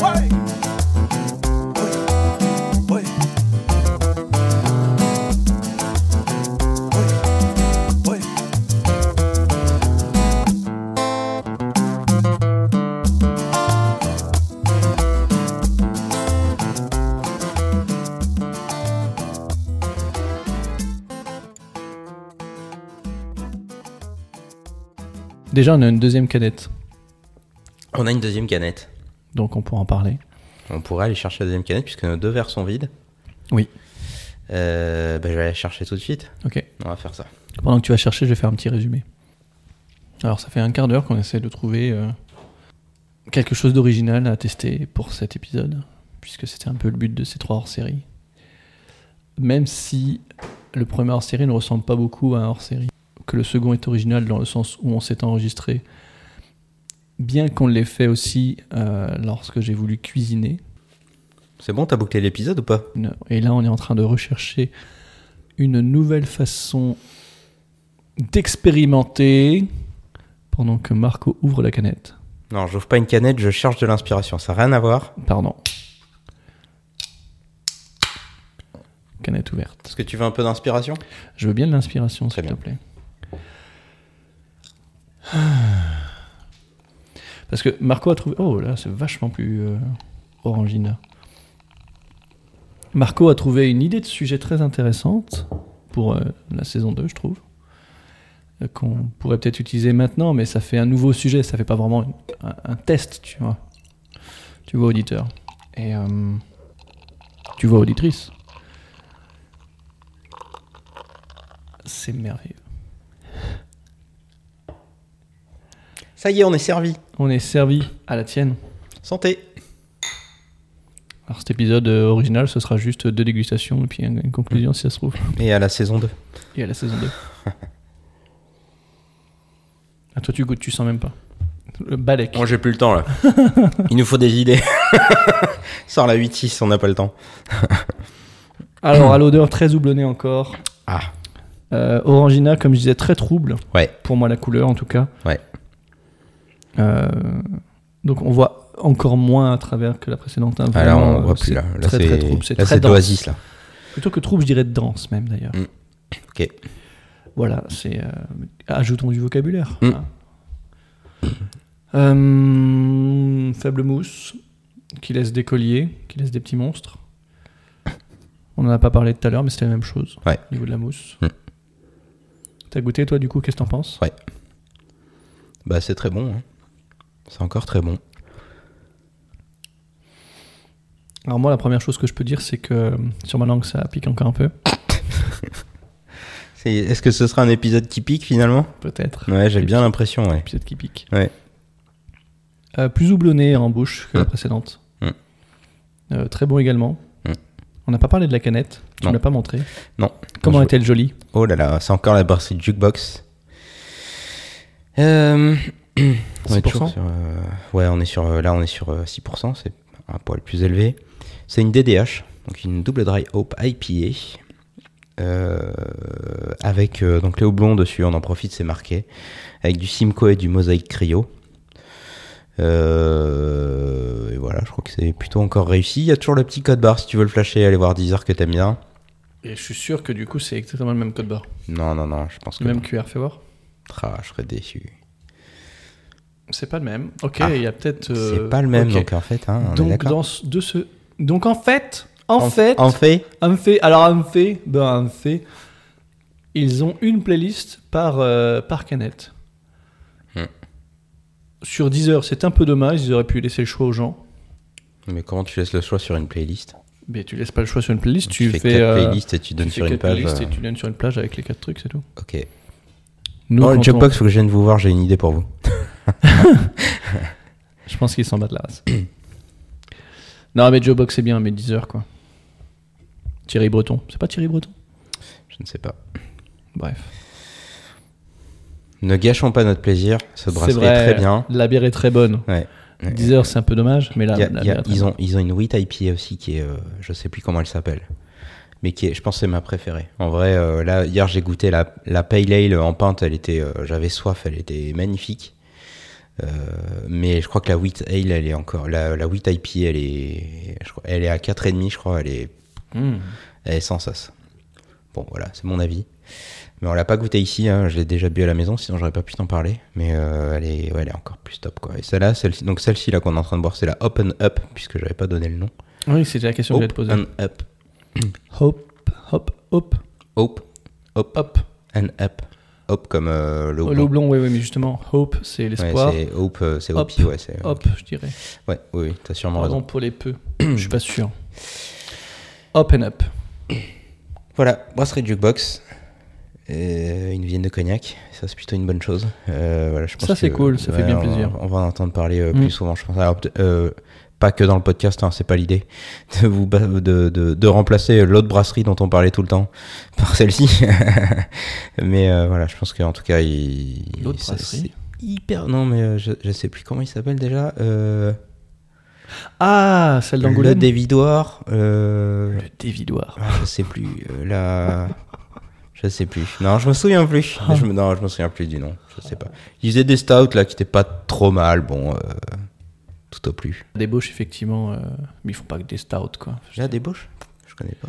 Ouais. Ouais. Ouais. Ouais. Ouais. Déjà, on a une deuxième canette, On a une deuxième canette. donc on pourra en parler. On pourrait aller chercher la deuxième canette puisque nos deux verres sont vides. Oui. Euh, bah, je vais aller chercher tout de suite. Ok. On va faire ça. Pendant que tu vas chercher, je vais faire un petit résumé. Alors, ça fait un quart d'heure qu'on essaie de trouver euh, quelque chose d'original à tester pour cet épisode, puisque c'était un peu le but de ces trois hors-série. Même si le premier hors-série ne ressemble pas beaucoup à un hors-série, que le second est original dans le sens où on s'est enregistré, bien qu'on l'ait fait aussi euh, lorsque j'ai voulu cuisiner. C'est bon, t'as bouclé l'épisode ou pas Une- Et là, on est en train de rechercher une nouvelle façon d'expérimenter pendant que Marco ouvre la canette. Non, j'ouvre pas une canette, je cherche de l'inspiration. Ça n'a rien à voir. Pardon. Canette ouverte. Est-ce que tu veux un peu d'inspiration Je veux bien de l'inspiration, Très s'il te bien. plaît. Parce que Marco a trouvé. Oh là, c'est vachement plus euh, orangina. Marco a trouvé une idée de sujet très intéressante pour euh, la saison 2, je trouve. euh, Qu'on pourrait peut-être utiliser maintenant, mais ça fait un nouveau sujet, ça fait pas vraiment une- un, un test, tu vois. Tu vois, auditeur. Et. euh, tu vois, auditrice. C'est merveilleux. Ça y est, on est servi. On est servi à la tienne. Santé. Alors cet épisode euh, original, ce sera juste deux dégustations et puis un- une conclusion si ça se trouve. Et à la saison 2. Et à la saison 2. Ah, toi tu goûtes, tu sens même pas. Le balek. Moi, j'ai plus le temps là. Il nous faut des idées. Sors la 8-6, on n'a pas le temps. Alors à l'odeur très houblonnée encore. Ah, Euh, orangina, comme je disais, très trouble. ouais. Pour moi la couleur en tout cas. Ouais. Euh, donc on voit encore moins à travers que la précédente. hein. Ah, là, Vraiment, on euh, voit plus c'est là. Là, très, très c'est trouble. C'est là, très c'est dense. d'oasis là. Plutôt que trouble, je dirais dense même d'ailleurs. Mm. Ok. Voilà, c'est. euh, ajoutons du vocabulaire. Mm. Ah. Euh, faible mousse, qui laisse des colliers, qui laisse des petits monstres. On n'en a pas parlé tout à l'heure, mais c'était la même chose Ouais. au niveau de la mousse. Mm. T'as goûté toi du coup, qu'est-ce que t'en penses Bah, c'est très bon. hein. C'est encore très bon. Alors moi, la première chose que je peux dire, c'est que euh, sur ma langue, ça pique encore un peu, C'est- Est-ce que ce sera un épisode qui pique finalement peut-être. Ouais, j'ai bien l'impression, ouais. Épisode qui pique. Ouais. Euh, plus houblonné en bouche que la Mm. précédente. Mm. Euh, très bon également. Mm. On n'a pas parlé de la canette, tu Non. ne l'as pas montré. Non. Comment Je- est-elle jolie Oh là là, c'est encore la brasserie jukebox. Euh, on est 6%? toujours sur, euh, ouais, on est sur, euh, là on est sur euh, 6%, c'est un poil plus élevé. C'est une DDH, donc une double dry hope IPA. euh, avec euh, donc les houblons dessus, on en profite, c'est marqué. Avec du Simcoe et du Mosaic Cryo. Euh, et voilà, je crois que c'est plutôt encore réussi. Il y a toujours le petit code barre si tu veux le flasher, aller voir 10 heures que t'aimes bien. Et je suis sûr que du coup, c'est exactement le même code barre. Non, non, non, je pense que. Le même QR, fais voir. Ah, je serais déçu. C'est pas le même. Ok, il Ah. y a peut-être. euh, C'est pas le même, ok. donc en fait, hein, on est Donc, d'accord. dans ce- de ce... donc en fait, en, fait, En fait, en fait, alors en fait, ben en fait, ils ont une playlist par, euh, par canette. Hmm. Sur 10 heures, c'est un peu dommage, ils auraient pu laisser le choix aux gens. Mais comment tu laisses le choix sur une playlist Mais tu laisses pas le choix sur une playlist, tu, fais fais. quatre euh, playlists et tu donnes tu fais sur une quatre page. playlists euh, et tu donnes sur une plage avec les quatre trucs, c'est tout. Ok. Nous, Non, le quand on- Jobbox, faut que je vienne vous voir, j'ai une idée pour vous. Je pense qu'ils s'en battent la race. non, mais Joe Box c'est bien, mais 10 heures quoi. Thierry Breton, c'est pas Thierry Breton Je ne sais pas. Bref. Ne gâchons pas notre plaisir, ce C'est bracelet vrai, est très bien. La bière est très bonne. Ouais. 10 heures, c'est un peu dommage, mais là, Il y a- la il y a- bière est très ils, bonne. ont, ils ont une wheat IPA aussi qui est, euh, je sais plus comment elle s'appelle, mais qui est, je pense, que c'est ma préférée. En vrai, euh, là, hier j'ai goûté la, la pale ale en pinte, elle était, euh, j'avais soif, elle était magnifique. Euh, mais je crois que la wheat ale, elle est encore, la, la wheat IPA, elle est, je crois- elle est à 4,5 je crois, elle est, Mm. elle est sans sas. Bon, voilà, c'est mon avis. Mais on l'a pas goûté ici, hein, je l'ai déjà bu à la maison, sinon j'aurais pas pu t'en parler. Mais euh, elle, est, ouais, elle est encore plus top quoi. Et celle-là, celle donc celle-ci là qu'on est en train de boire, c'est la Open Up, puisque j'avais pas donné le nom. Oui, c'était la question que j'allais te poser. and up. Hop, hop, hop, Hope. Hope. hop. And up. Hope comme euh, le Oh, houblon. Le houblon, oui, oui, mais justement, hope, c'est Ouais, l'espoir. c'est hope, euh, c'est Hop. hope. Ouais, c'est, Hop, je dirais. ouais, oui, oui, t'as sûrement Pardon raison. pour les peu. je suis pas sûr. Hop and up. Voilà, brasserie jukebox. Euh, une vienne de cognac, ça c'est plutôt une bonne chose. Euh, voilà, je pense Ça, c'est que- cool, ça fait bien on va- plaisir. On va en entendre parler euh, Mm. plus souvent, je pense. Alors, peut- euh, pas que dans le podcast, hein, c'est pas l'idée de, vous ba- de, de, de remplacer l'autre brasserie dont on parlait tout le temps par celle-ci. mais euh, voilà, je pense qu'en tout cas, il. L'autre ça- brasserie c'est hyper. Non, mais euh, je, je sais plus comment il s'appelle déjà. Euh, Ah, celle le d'Angoulême. Dévidoir. Euh, Le dévidoir. ah, je sais plus. euh, la... Je sais plus. Non, je me souviens plus. Mais Je me... Non, je me souviens plus du nom. Je sais pas. Ils faisaient des stouts là qui étaient pas trop mal. Bon, euh, tout au plus. Des Débauche, effectivement, euh, mais ils font pas que des stouts, quoi. Là, débauche Je connais pas.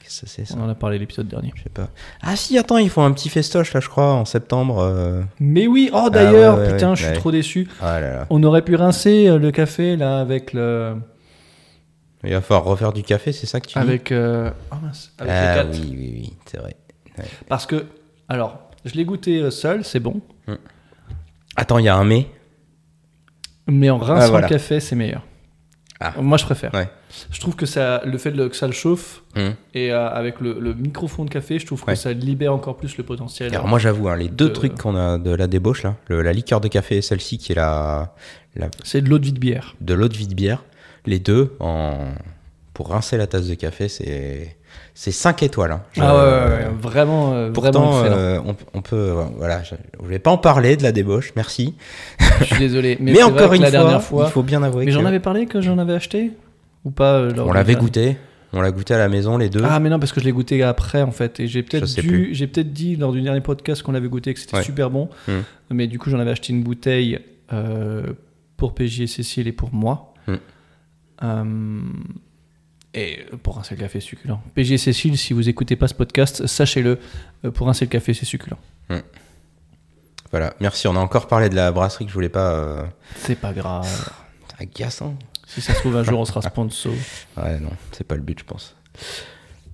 Qu'est-ce que c'est ça On en a parlé l'épisode dernier. Je sais pas. Ah si, attends, ils font un petit festoche là, je crois, en septembre. euh. Mais oui, oh d'ailleurs, ouais, ouais, putain, ouais, je suis ouais. trop déçu. Ah là là. On aurait pu rincer euh, le café là avec le Il va falloir refaire du café, c'est ça que tu avec euh, oh mince, dis avec Ah les quatre. oui, oui, oui, c'est vrai. parce que alors je l'ai goûté euh, seul, c'est bon, Attends, il y a un mai. mais en rinçant Ah, voilà. le café, c'est meilleur. Ah. Moi, je préfère. Ouais. Je trouve que ça, le fait de- que ça le chauffe Hum. et euh, avec le, le micro-fond de café, je trouve que Ouais. ça libère encore plus le potentiel. Alors moi j'avoue, hein, les deux de- trucs qu'on a de la débauche là, le- la liqueur de café et celle-ci qui est la, la c'est de l'eau de vie de bière. de l'eau de vie de bière, les deux en pour rincer la tasse de café, c'est c'est 5 étoiles. hein. Je- Ah ouais, ouais, ouais, vraiment, euh, vraiment Pourtant, excellent. euh, on, on peut, voilà, je, je voulais pas en parler de la débauche, merci. Je suis désolé, mais, Mais, c'est vrai encore que une la fois, dernière fois, il faut bien avouer mais que j'en avais parlé que j'en avais acheté ou pas euh, lors on de l'avait la- goûté, on l'a goûté à la maison les deux. Ah mais non parce que je l'ai goûté après en fait et j'ai peut-être Hein Je sais dû plus. j'ai peut-être dit lors du dernier podcast qu'on l'avait goûté que c'était Ouais. super bon Mm. mais du coup j'en avais acheté une bouteille euh, pour PJ et Cécile et pour moi Mm. Euh, et pour rincer le café c'est succulent PJ et Cécile si vous écoutez pas ce podcast sachez-le euh, pour rincer le café c'est succulent Voilà, merci. On a encore parlé de la brasserie que je voulais pas. euh, c'est pas grave C'est agaçant. si ça se trouve un jour on sera sponsor Ouais, non, c'est pas le but, je pense.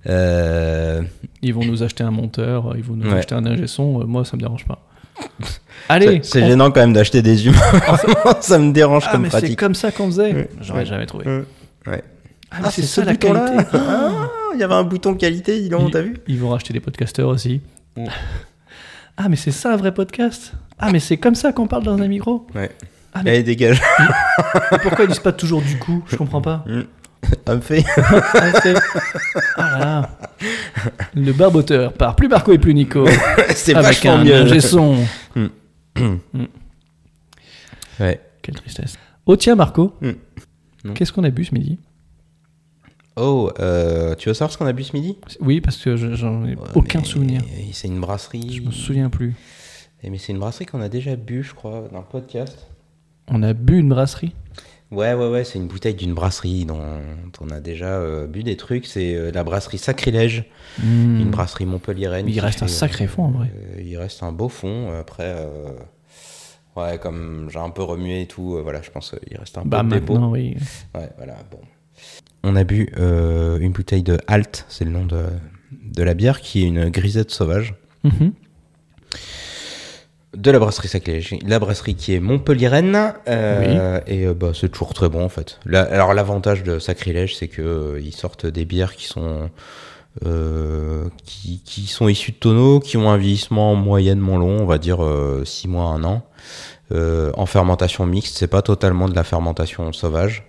Euh, Ils vont nous acheter un monteur, ils vont nous Ouais. acheter un ingé son, euh, moi ça me dérange pas. Allez C'est on- gênant quand même d'acheter des humains. ça me dérange Ah comme mais c'est pratique. comme ça qu'on faisait Ouais. J'aurais Ouais. jamais trouvé. Ouais. Ouais. Ah, mais c'est Ah, ça la qualité Il y avait un bouton qualité, dis donc, Ils- t'as vu Ils vont racheter des podcasteurs aussi. Mm. Ah mais c'est ça un vrai podcast Ah mais c'est comme ça qu'on parle dans un micro Ouais. Ah, mais- Allez, dégage. Et Pourquoi ils disent pas toujours du coup Je comprends pas. Ça me fait. Ah, c'est- ah là là. Le barboteur par plus Marco et plus Nico c'est avec vachement un mieux. ingé son. Ouais. Quelle tristesse. Oh tiens Marco, Mm. Non. qu'est-ce qu'on a bu ce midi Oh, euh, tu veux savoir ce qu'on a bu ce midi Oh, Oui, parce que je- j'en ai aucun Mais eh, souvenir. C'est une brasserie. Je me souviens plus. Eh, Mais c'est une brasserie qu'on a déjà bu, je crois, dans le podcast. On a bu une brasserie. Ouais, ouais, ouais, c'est une bouteille d'une brasserie dont on a déjà euh, bu des trucs. C'est euh, la brasserie Sacrilège, Mmh. une brasserie montpelliéraine. Hmm. Il qui reste un fait, euh, sacré fond en vrai. Euh, il reste un beau fond. euh, Après, euh, ouais, comme j'ai un peu remué et tout, euh, voilà, je pense euh, il reste un Bah peu de dépôt. maintenant, oui. Ouais, voilà, bon. On a bu euh, une bouteille de Halt, c'est le nom Mmh. de, de la bière, qui est une grisette sauvage. Mhm. de la brasserie Sacrilège, la brasserie qui est montpelliéraine euh, et euh, bah, c'est toujours très bon en fait. La- alors l'avantage de Sacrilège, c'est que euh, ils sortent des bières qui sont euh, qui, qui sont issues de tonneaux, qui ont un vieillissement moyennement long, on va dire 6 mois, 1 an, euh, en fermentation mixte. C'est pas totalement de la fermentation sauvage.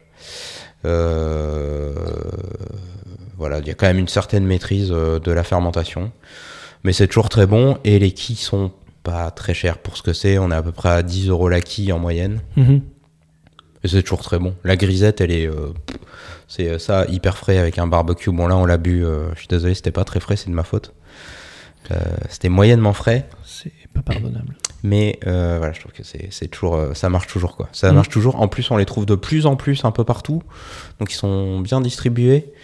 Euh, voilà, il y a quand même une certaine maîtrise euh, de la fermentation, mais c'est toujours très bon et les quilles sont pas très chères pour ce que c'est. On est à peu près à 10 euros la quille en moyenne. Mhm. Et c'est toujours très bon. La grisette, elle est. euh, pff, c'est euh, ça, hyper frais avec un barbecue. Bon, là, on l'a bu. euh, je suis désolé, c'était pas très frais, c'est de ma faute. Euh, c'était moyennement frais, C'est pas pardonnable. mais euh, voilà, je trouve que c'est c'est toujours. euh, ça marche toujours, quoi. Ça Mhm. marche toujours. En plus, on les trouve de plus en plus un peu partout. Donc, ils sont bien distribués.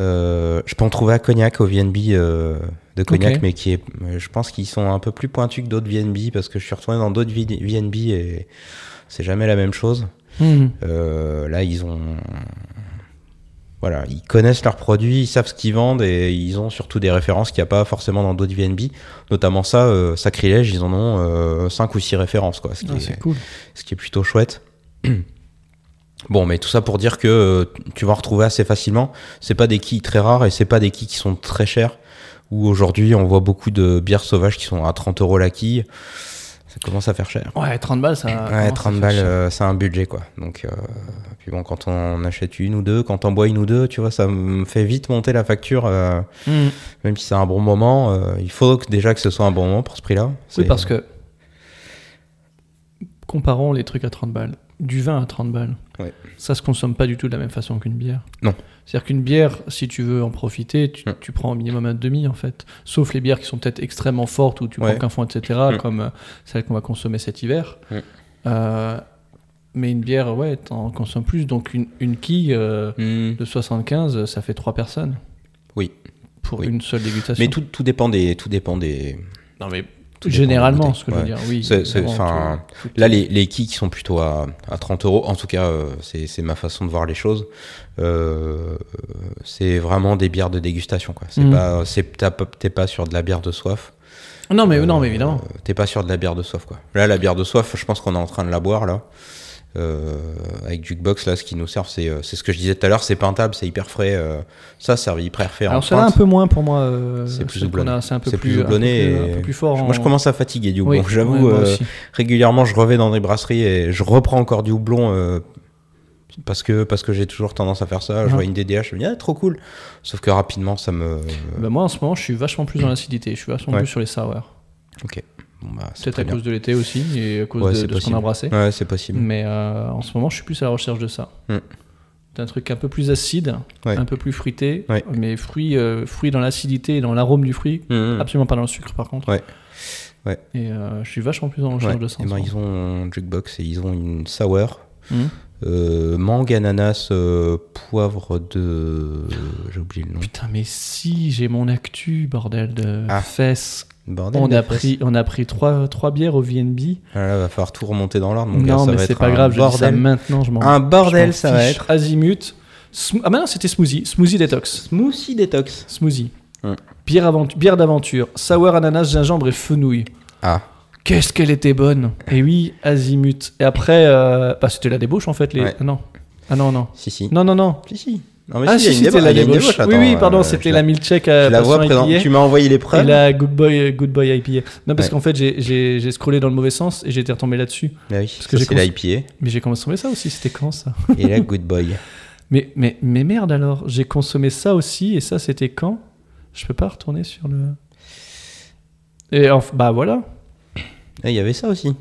Euh, je peux en trouver à Cognac, au VNB euh, de Cognac, Ok. mais qui est. euh, Je pense qu'ils sont un peu plus pointus que d'autres VNB parce que je suis retourné dans d'autres VNB et c'est jamais la même chose. Mmh. Euh, là, ils ont. Voilà, ils connaissent leurs produits, ils savent ce qu'ils vendent et ils ont surtout des références qu'il n'y a pas forcément dans d'autres VNB. Notamment ça, euh, Sacrilège, ils en ont 5 ou 6 références, quoi, ce qui, Ah, est, c'est cool. ce qui est plutôt chouette. bon, mais tout ça pour dire que euh, tu vas en retrouver assez facilement. C'est pas des quilles très rares et c'est pas des quilles qui sont très chères. Où aujourd'hui, on voit beaucoup de bières sauvages qui sont à 30 euros la quille. Ça commence à faire cher. Ouais, 30 balles, Ah, ça. commence à Ouais, 30 faire balles, cher. euh, c'est un budget quoi. Donc, euh, puis bon, quand on achète une ou deux, quand on boit une ou deux, tu vois, ça me fait vite monter la facture, euh, Mhm. même si c'est un bon moment. euh, il faut que- déjà que ce soit un bon moment pour ce prix-là. Oui, C'est- parce que. Comparons les trucs à 30 balles. Du vin à 30 balles. Ouais. Ça se consomme pas du tout de la même façon qu'une bière. Non. C'est-à-dire qu'une bière, si tu veux en profiter, tu, Mm. tu prends au minimum un demi, en fait. Sauf les bières qui sont peut-être extrêmement fortes, où tu Ouais. prends qu'un fond, etc., Mm. comme euh, celle qu'on va consommer cet hiver. Mm. Euh, mais une bière, ouais, t'en consommes plus. Donc une, une quille euh, Mhm. de 75, ça fait 3 personnes. Oui. Pour Oui. une seule dégustation. Mais tout, tout dépend des, tout dépend des. Non, mais tout dépend généralement, des ce que je bouteilles. veux dire. Oui. C'est- c'est- Vraiment, enfin, tout- tout- Là, les, les quilles qui sont plutôt à, à 30 euros, en tout cas, euh, c'est c'est ma façon de voir les choses. Euh, c'est vraiment des bières de dégustation, quoi. C'est Mhm. pas, c'est- t'as pas- t'es pas sur de la bière de soif. Non, mais, Euh, non, mais évidemment. euh, T'es pas sûr de la bière de soif, quoi. Là, la bière de soif, je pense qu'on est en train de la boire, là. Euh, avec Jukebox, là, ce qui nous sert, c'est euh, c'est ce que je disais tout à l'heure, c'est peintable, c'est hyper frais. euh, ça, servi hyper frais. en Alors, celle-là, un pinte. peu moins pour moi. euh, C'est plus celle qu'on houblonné. a, C'est un peu C'est plus plus, un peu houblonné plus- et- un peu plus fort. Moi, je en- commence à fatiguer du houblon. Oui, ouais, J'avoue, moi euh, aussi. régulièrement, je reviens dans des brasseries et je reprends encore du houblon euh, parce que, parce que j'ai toujours tendance à faire ça. Je Mhm. vois une DDH, je me dis, ah, trop cool. Sauf que rapidement, ça me. Bah, moi, en ce moment, je suis vachement plus dans l'acidité. Je suis vachement Hmm. Ouais. plus sur les sours. Bon, bah, c'est Peut-être très à bien. cause de l'été aussi et à cause Ouais, de- c'est de, ce qu'on possible. a brassé. Ouais, c'est possible. Mais euh, en ce moment, je suis plus à la recherche de ça. Mm. D'un truc un peu plus acide, Ouais. un peu plus fruité, Ouais. mais fruits, euh, fruits dans l'acidité et dans l'arôme du fruit. Mhm. Absolument pas dans le sucre, par contre. Ouais. Ouais. Et euh, je suis vachement plus en recherche Ouais. de hein. ça. Eh en ce ben, moment. ils ont Jukebox et ils ont une sour. Mhm. Euh, mangue, ananas, euh, poivre de. J'ai oublié le nom. Putain, mais si j'ai mon actu, bordel de Ah. fesses. Bordel, On la a, presse. pris, on a pris trois, trois bières au VNB. Ah là, va falloir tout remonter dans l'ordre. mon gars, non, ça mais va c'est être pas un grave, je dis ça Bordel. maintenant. Je m'en- un bordel, je m'en ça va fiche. être. Azimut. Sm- Ah, mais non, c'était smoothie. Smoothie détox. Smoothie détox. Smoothie. Hum. Bière, avent- bière d'aventure. Sour, ananas, gingembre et fenouil. Ah. Qu'est-ce qu'elle était bonne. Et oui, Azimut. Et après, euh, bah, c'était la débauche en fait. Les... Ouais. Ah non. Ah non, non. Si, si. Non, non, non. Si, si. Non, mais ah si, il y a une c'était débauche- la il y a une débauche. débauche, oui, attends, oui, pardon, euh, c'était je la milkshake à Je la passion vois présent. IPA. Tu m'as envoyé les Et preuves. la Good Boy, Good Boy IPA. Non, parce Ouais. qu'en fait, j'ai- j'ai j'ai scrollé dans le mauvais sens et j'étais retombé là-dessus. Ah oui, Parce que ça, j'ai c'est la IPA Mais j'ai consommé ça aussi, c'était quand ça et la Good Boy. mais, mais, mais merde alors, j'ai consommé ça aussi et ça c'était quand Je peux pas retourner sur le. Et enf- bah voilà. Ah, Il y avait ça aussi.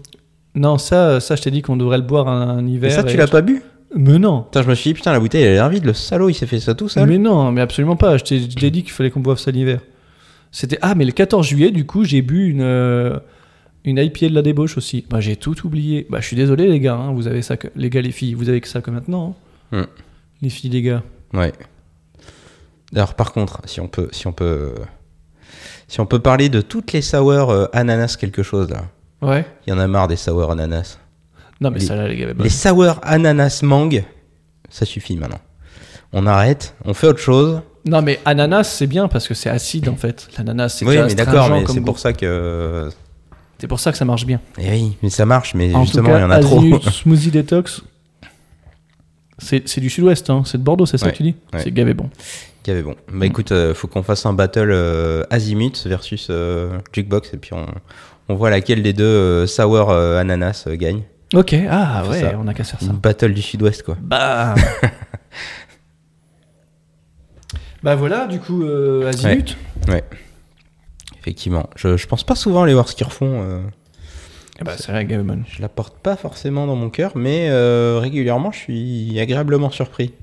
Non, ça, ça je t'ai dit qu'on devrait le boire un, un Et hiver. ça, tu et- l'as pas bu Mais non Putain, je me suis dit, putain, la bouteille, elle a l'air vide. Le salaud, il s'est fait ça tout seul. Mais non, mais absolument pas. Je t'ai je t'ai dit qu'il fallait qu'on boive ça l'hiver. C'était. Ah, mais le 14 juillet, du coup, j'ai bu une. euh, Une IPA de la débauche aussi. Bah, j'ai tout oublié. Bah, je suis désolé, les gars. hein, vous avez ça que... Les gars, les filles, vous avez que ça que maintenant. hein. Hmm. Les filles, les gars. Ouais. Alors par contre, si on peut, si on peut, si on peut parler de toutes les sour euh, ananas quelque chose là. Ouais. Il y en a marre des sour ananas. Non, mais Les- ça là, les gars. bah, Les sour ananas mangue, ça suffit maintenant. On arrête, on fait autre chose. Non, mais ananas, c'est bien parce que c'est acide en fait. L'ananas, c'est Oui, déjà mais d'accord, astringent mais comme c'est goût. pour ça que C'est pour ça que ça marche bien. Et oui, mais ça marche, mais En justement, tout cas, il y en a trop. Asinus Smoothie Detox, c'est c'est du sud-ouest, hein, c'est de Bordeaux, c'est ça Ouais, que tu dis ouais. C'est gavé bon. Ok, mais bon. Bah écoute, euh, faut qu'on fasse un battle euh, Azimut versus euh, Jukebox et puis on, on voit laquelle des deux euh, Sour euh, Ananas euh, gagne. Ok, ah C'est ouais, ça. Mmh. on a qu'à se faire ça. Une battle du sud-ouest quoi. Bah Bah voilà, du coup, euh, Azimut. Ouais. Effectivement. Je, je pense pas souvent aller voir ce qu'ils refont. euh, Eh bah, c'est vrai, gavé bon. je la porte pas forcément dans mon cœur, mais euh, régulièrement je suis agréablement surpris.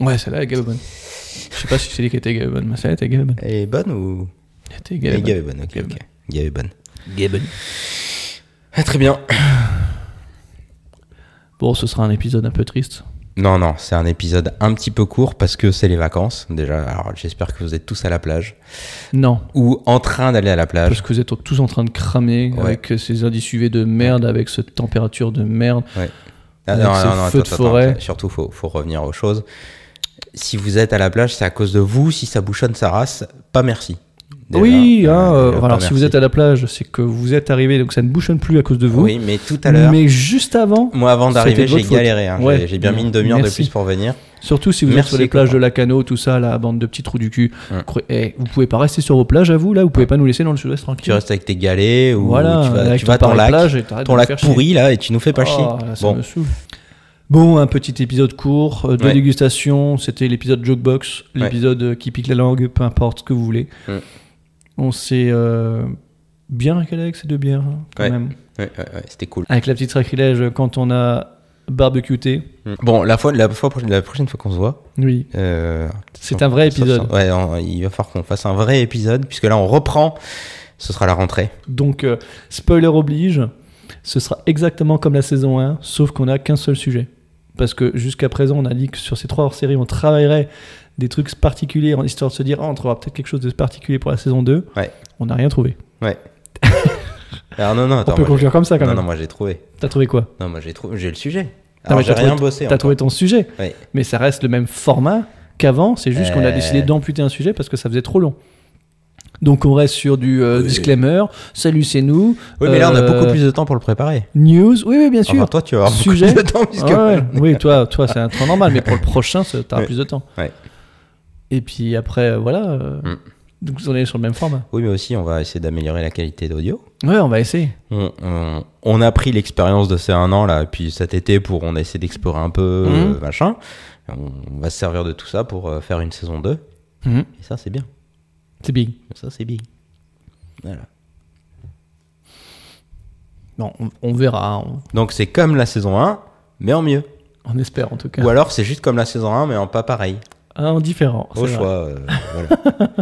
Ouais, celle-là est gavé bonne. Je sais pas si c'est dit qu'elle était gavé bonne, mais celle-là était gavé bonne. Elle est bonne ou Elle était Elle gavé est bonne. bonne, ok. Gavée ok. Gavée bonne. Ah, très bien. Bon, ce sera un épisode un peu triste. Non, non, c'est un épisode un petit peu court parce que c'est les vacances déjà. Alors j'espère que vous êtes tous à la plage. Non, ou en train d'aller à la plage. parce que vous êtes tous en train de cramer Ouais. avec euh, ces indices UV de merde, avec cette température de merde. Ah, avec ces feux de forêt. surtout faut, faut revenir aux choses. Si vous êtes à la plage, c'est à cause de vous. Si ça bouchonne sa race, pas merci. Déjà, oui, euh, hein, euh, déjà, alors si pas merci. vous êtes à la plage, c'est que vous êtes arrivé, donc ça ne bouchonne plus à cause de vous. Oui, mais tout à l'heure, Mm. Mais juste avant, moi avant C'était d'arriver, de votre j'ai faute. galéré. hein. Ouais. J'ai- J'ai bien mis une demi-heure de Merci. plus pour venir. surtout si vous êtes Merci, sur les les plages copains. de Lacano, tout ça, la bande de petits trous du cul, Hum. cro- eh, vous pouvez pas rester sur vos plages à vous, là, vous pouvez pas nous laisser dans le sud-ouest Tu tranquille. restes avec tes galets ou voilà, tu vas, avec tu vas à ton ton lac, plage et t'arrêtes ton de lac me faire chier. pourri là, et tu nous fais pas chier. Oh, là, ça bon, me saoule. Bon, un petit épisode court euh, de Ouais. dégustation. C'était l'épisode Jokebox, Ouais. l'épisode euh, qui pique la langue, peu importe ce que vous voulez. Mm. On s'est euh, bien régalé avec ces deux bières, hein, quand Ouais. même. Ouais, ouais, ouais, c'était cool. Avec la petite sacrilège euh, quand on a barbecuté. Mm. Bon, la fois, la fois, la prochaine fois qu'on se voit, Oui, euh, c'est un vrai Sauf épisode. ça. Ouais, on- il va falloir qu'on fasse un vrai épisode, puisque là, on reprend. Ce sera la rentrée. Donc, euh, spoiler oblige, ce sera exactement comme la saison 1, sauf qu'on n'a qu'un seul sujet. Parce que jusqu'à présent, on a dit que sur ces trois hors-séries, on travaillerait des trucs particuliers, en histoire de se dire, ah, on trouvera peut-être quelque chose de particulier pour la saison 2. Ouais. On n'a rien trouvé. Ouais. Alors, Ah, non, non, attends. on peut moi, j'ai- conclure comme ça quand non, non, même. moi, j'ai trouvé. T'as trouvé quoi Non, moi, j'ai trouvé. J'ai le sujet. Non, Alors, mais j'ai t'as trouvé- rien bossé. T'as encore. trouvé ton sujet, Ouais. mais ça reste le même format qu'avant, c'est juste qu'on a Euh. décidé d'amputer un sujet parce que ça faisait trop long. Donc on reste sur du euh, Oui. disclaimer, salut c'est nous, Oui, mais là, on a Euh, beaucoup plus de temps pour le préparer. news, oui oui bien sûr, Enfin, toi, tu vas avoir Sujet. beaucoup plus de temps, puisque. Ah ouais, oui, toi, toi c'est un temps normal, mais pour le prochain, ça- t'auras Ouais. plus de temps. Ouais. Et puis après, euh, voilà. euh, Mm. Donc on est sur le même format. Oui, mais aussi, on va essayer d'améliorer la qualité d'audio. Ouais, on va essayer. On, on- on a pris l'expérience de ces un an, là, puis cet été, pour on a essayé d'explorer un peu, Mhm. euh, machin. On, on va se servir de tout ça pour euh, faire une saison 2. Mm-hmm. Et ça, c'est bien. C'est big. Ça, c'est bien. Voilà. Non, on, on verra. hein, Donc c'est comme la saison 1, mais en mieux. On, on espère en tout cas. Ou alors c'est juste comme la saison 1, mais en pas pareil. Ah, En différent. Au c'est vrai. choix. euh, voilà.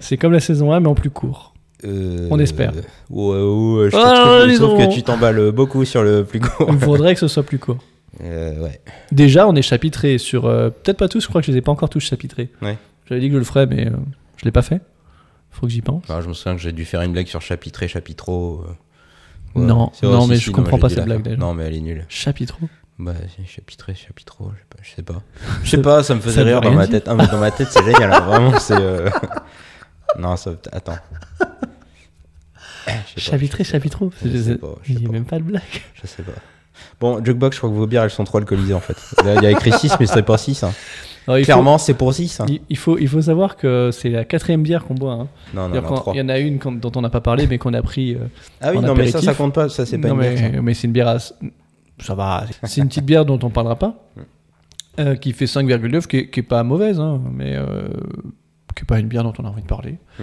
C'est comme la saison 1, mais en plus court. Euh, On espère. ouais, ouais, je, Oh, trouve, je dis trouve donc. que tu t'emballes beaucoup sur le plus court. Il faudrait que ce soit plus court. Euh, ouais. Déjà, on est chapitré sur. euh, Peut-être pas tous, je crois que je les ai pas encore tous chapitrés. Ouais. J'avais dit que je le ferais, mais euh, je l'ai pas fait. Faut que j'y pense. Alors, Bah, je me souviens que j'ai dû faire une blague sur chapitré, chapitro. euh, Non, C'est vrai, non, si, mais si, je non, comprends j'ai pas dû cette la blague, faire. d'ailleurs. Non, mais elle est nulle. Chapitré. Bah, si, chapitrer, chapitro, je sais pas. Je sais pas, je sais pas, ça me faisait veut rire dans rien ma dire. tête. Ah, mais dans ma tête, c'est génial. hein, Vraiment, c'est. euh, Non, ça. Attends. Eh, Je sais pas, Chapitré, je sais pas. chapitro. Je sais pas, je sais Il n'y a pas. même pas de blague. Je sais pas. Bon, Jukebox, je crois que vos bières, elles sont trop alcoolisées en fait. Là, il y a écrit 6, mais c'est pas 6. Alors, il faut- Clairement, c'est pour hein. 6. Il, il faut, il faut savoir que c'est la quatrième bière qu'on boit. hein. Non, non, C'est-à-dire non, qu'on- 3. il y en a une qu'on- dont on n'a pas parlé, mais qu'on a pris. euh, Ah oui, en non, mais ça, ça apéritif. compte pas. Ça, c'est pas non, une bière. mais, mais c'est une bière. à- Ça va. C'est une petite bière dont on parlera pas, euh, qui fait 5,9, qui, est- qui est pas mauvaise, hein, mais euh, qui est pas une bière dont on a envie de parler. Mm.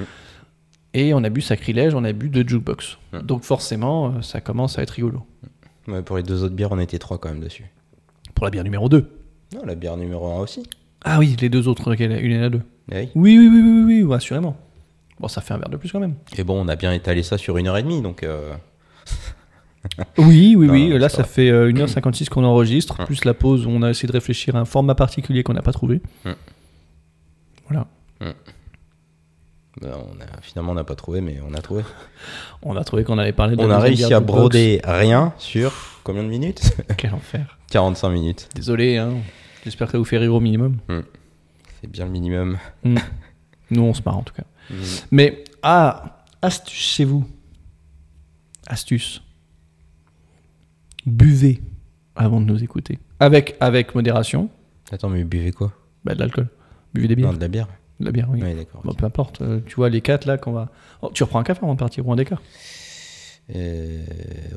Et on a bu sacrilège, on a bu de jukebox. Mm. Donc forcément, euh, ça commence à être rigolo. ça. Ouais, pour les deux autres bières, on était 3 quand même dessus. Pour la bière numéro 2. Non, la bière numéro 1 aussi. Ah oui, les deux autres, lesquelles- une et la deux. Eh Oui, oui. oui, oui, oui, oui, oui, assurément. Bon, ça fait un verre de plus quand même. Et bon, on a bien étalé ça sur une heure et demie, donc. euh, Oui, oui, Non, oui. non, Là, Bah, c'est ça vrai. fait euh, 1h56 qu'on enregistre, Hum. plus la pause où on a essayé de réfléchir à un format particulier qu'on n'a pas trouvé. Hum. Voilà. bah, on a- Finalement, on n'a pas trouvé, mais on a trouvé. On a trouvé qu'on allait parler de la On a deuxième réussi guerre à de broder rien sur combien de minutes boxe. Ah, Quel enfer. 45 minutes. Désolé, hein. j'espère que ça vous fait rire au minimum. C'est bien le minimum. Mm. Nous, on se marre en tout cas. Mais, ah, astuce chez vous. astuce. Buvez avant de nous écouter. Avec, avec modération, Attends, mais buvez quoi bah, de l'alcool. Buvez des bières. Non, de la bière de la bière, oui. Ouais, d'accord. Bon, ok. peu importe. euh, tu vois, les quatre là qu'on va. Oh, tu reprends un café avant de partir ou un décart Euh,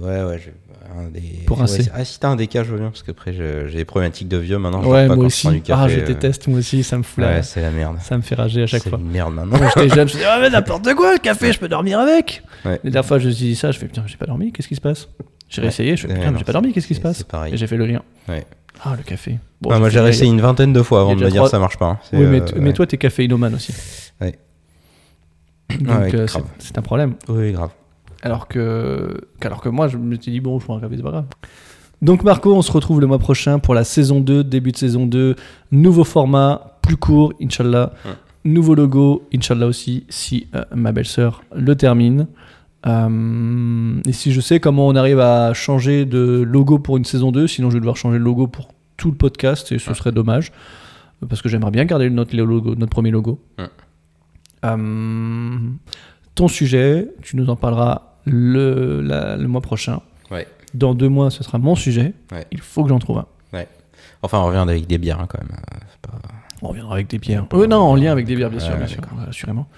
ouais, ouais. je- un des- Pour ouais, un C. c'est- Ah, si t'as un déca, je veux bien, parce que après, je- j'ai des problématiques de vieux maintenant. je dors Ouais, pas moi quand je aussi. prends du café, ah, je euh, déteste, moi aussi. Ça me fout la- Ouais, c'est la merde. Ça me fait rager à chaque C'est fois. une merde maintenant. Quand j'étais jeune, je me disais, ah, mais n'importe quoi, le café, je peux dormir avec. Ouais. La dernière fois, je me suis dit ça, je fais, putain, j'ai pas dormi, qu'est-ce qui se passe J'ai Ouais. réessayé, je fais, Ouais, putain, mais non, j'ai pas dormi, qu'est-ce qui se c'est- passe c'est pareil. Et j'ai fait le lien. Ouais. Ah, le café. Bon, Ah, moi, j'ai fait- resté une vingtaine de fois il y a avant de déjà me dire trois- ça marche pas. hein. C'est, Oui, mais, euh, t- mais ouais. toi, t'es caféinomane aussi. Ouais. Donc, Ouais, euh, c'est grave. c'est un problème. Oui, grave. Alors que, alors que moi, je me suis dit, bon, je prends un café, c'est pas grave. Donc, Marco, on se retrouve le mois prochain pour la saison 2, début de saison 2. Nouveau format, plus court, Inch'Allah. Ouais. Nouveau logo, Inch'Allah aussi, si euh, ma belle-sœur le termine. Euh, et si je sais comment on arrive à changer de logo pour une saison 2, sinon je vais devoir changer le logo pour tout le podcast et ce serait dommage. Parce que j'aimerais bien garder notre, logo, notre premier logo. Ouais. Euh, ton sujet, tu nous en parleras le, la- le mois prochain. Ouais. Dans deux mois, ce sera mon sujet. Ouais. Il faut que j'en trouve un. Enfin, on revient avec des bières hein, quand même. euh, c'est pas- On reviendra avec des bières. Euh, non, en lien avec des bières, bien sûr, Ouais, bien ouais, sûr, ouais, assurément.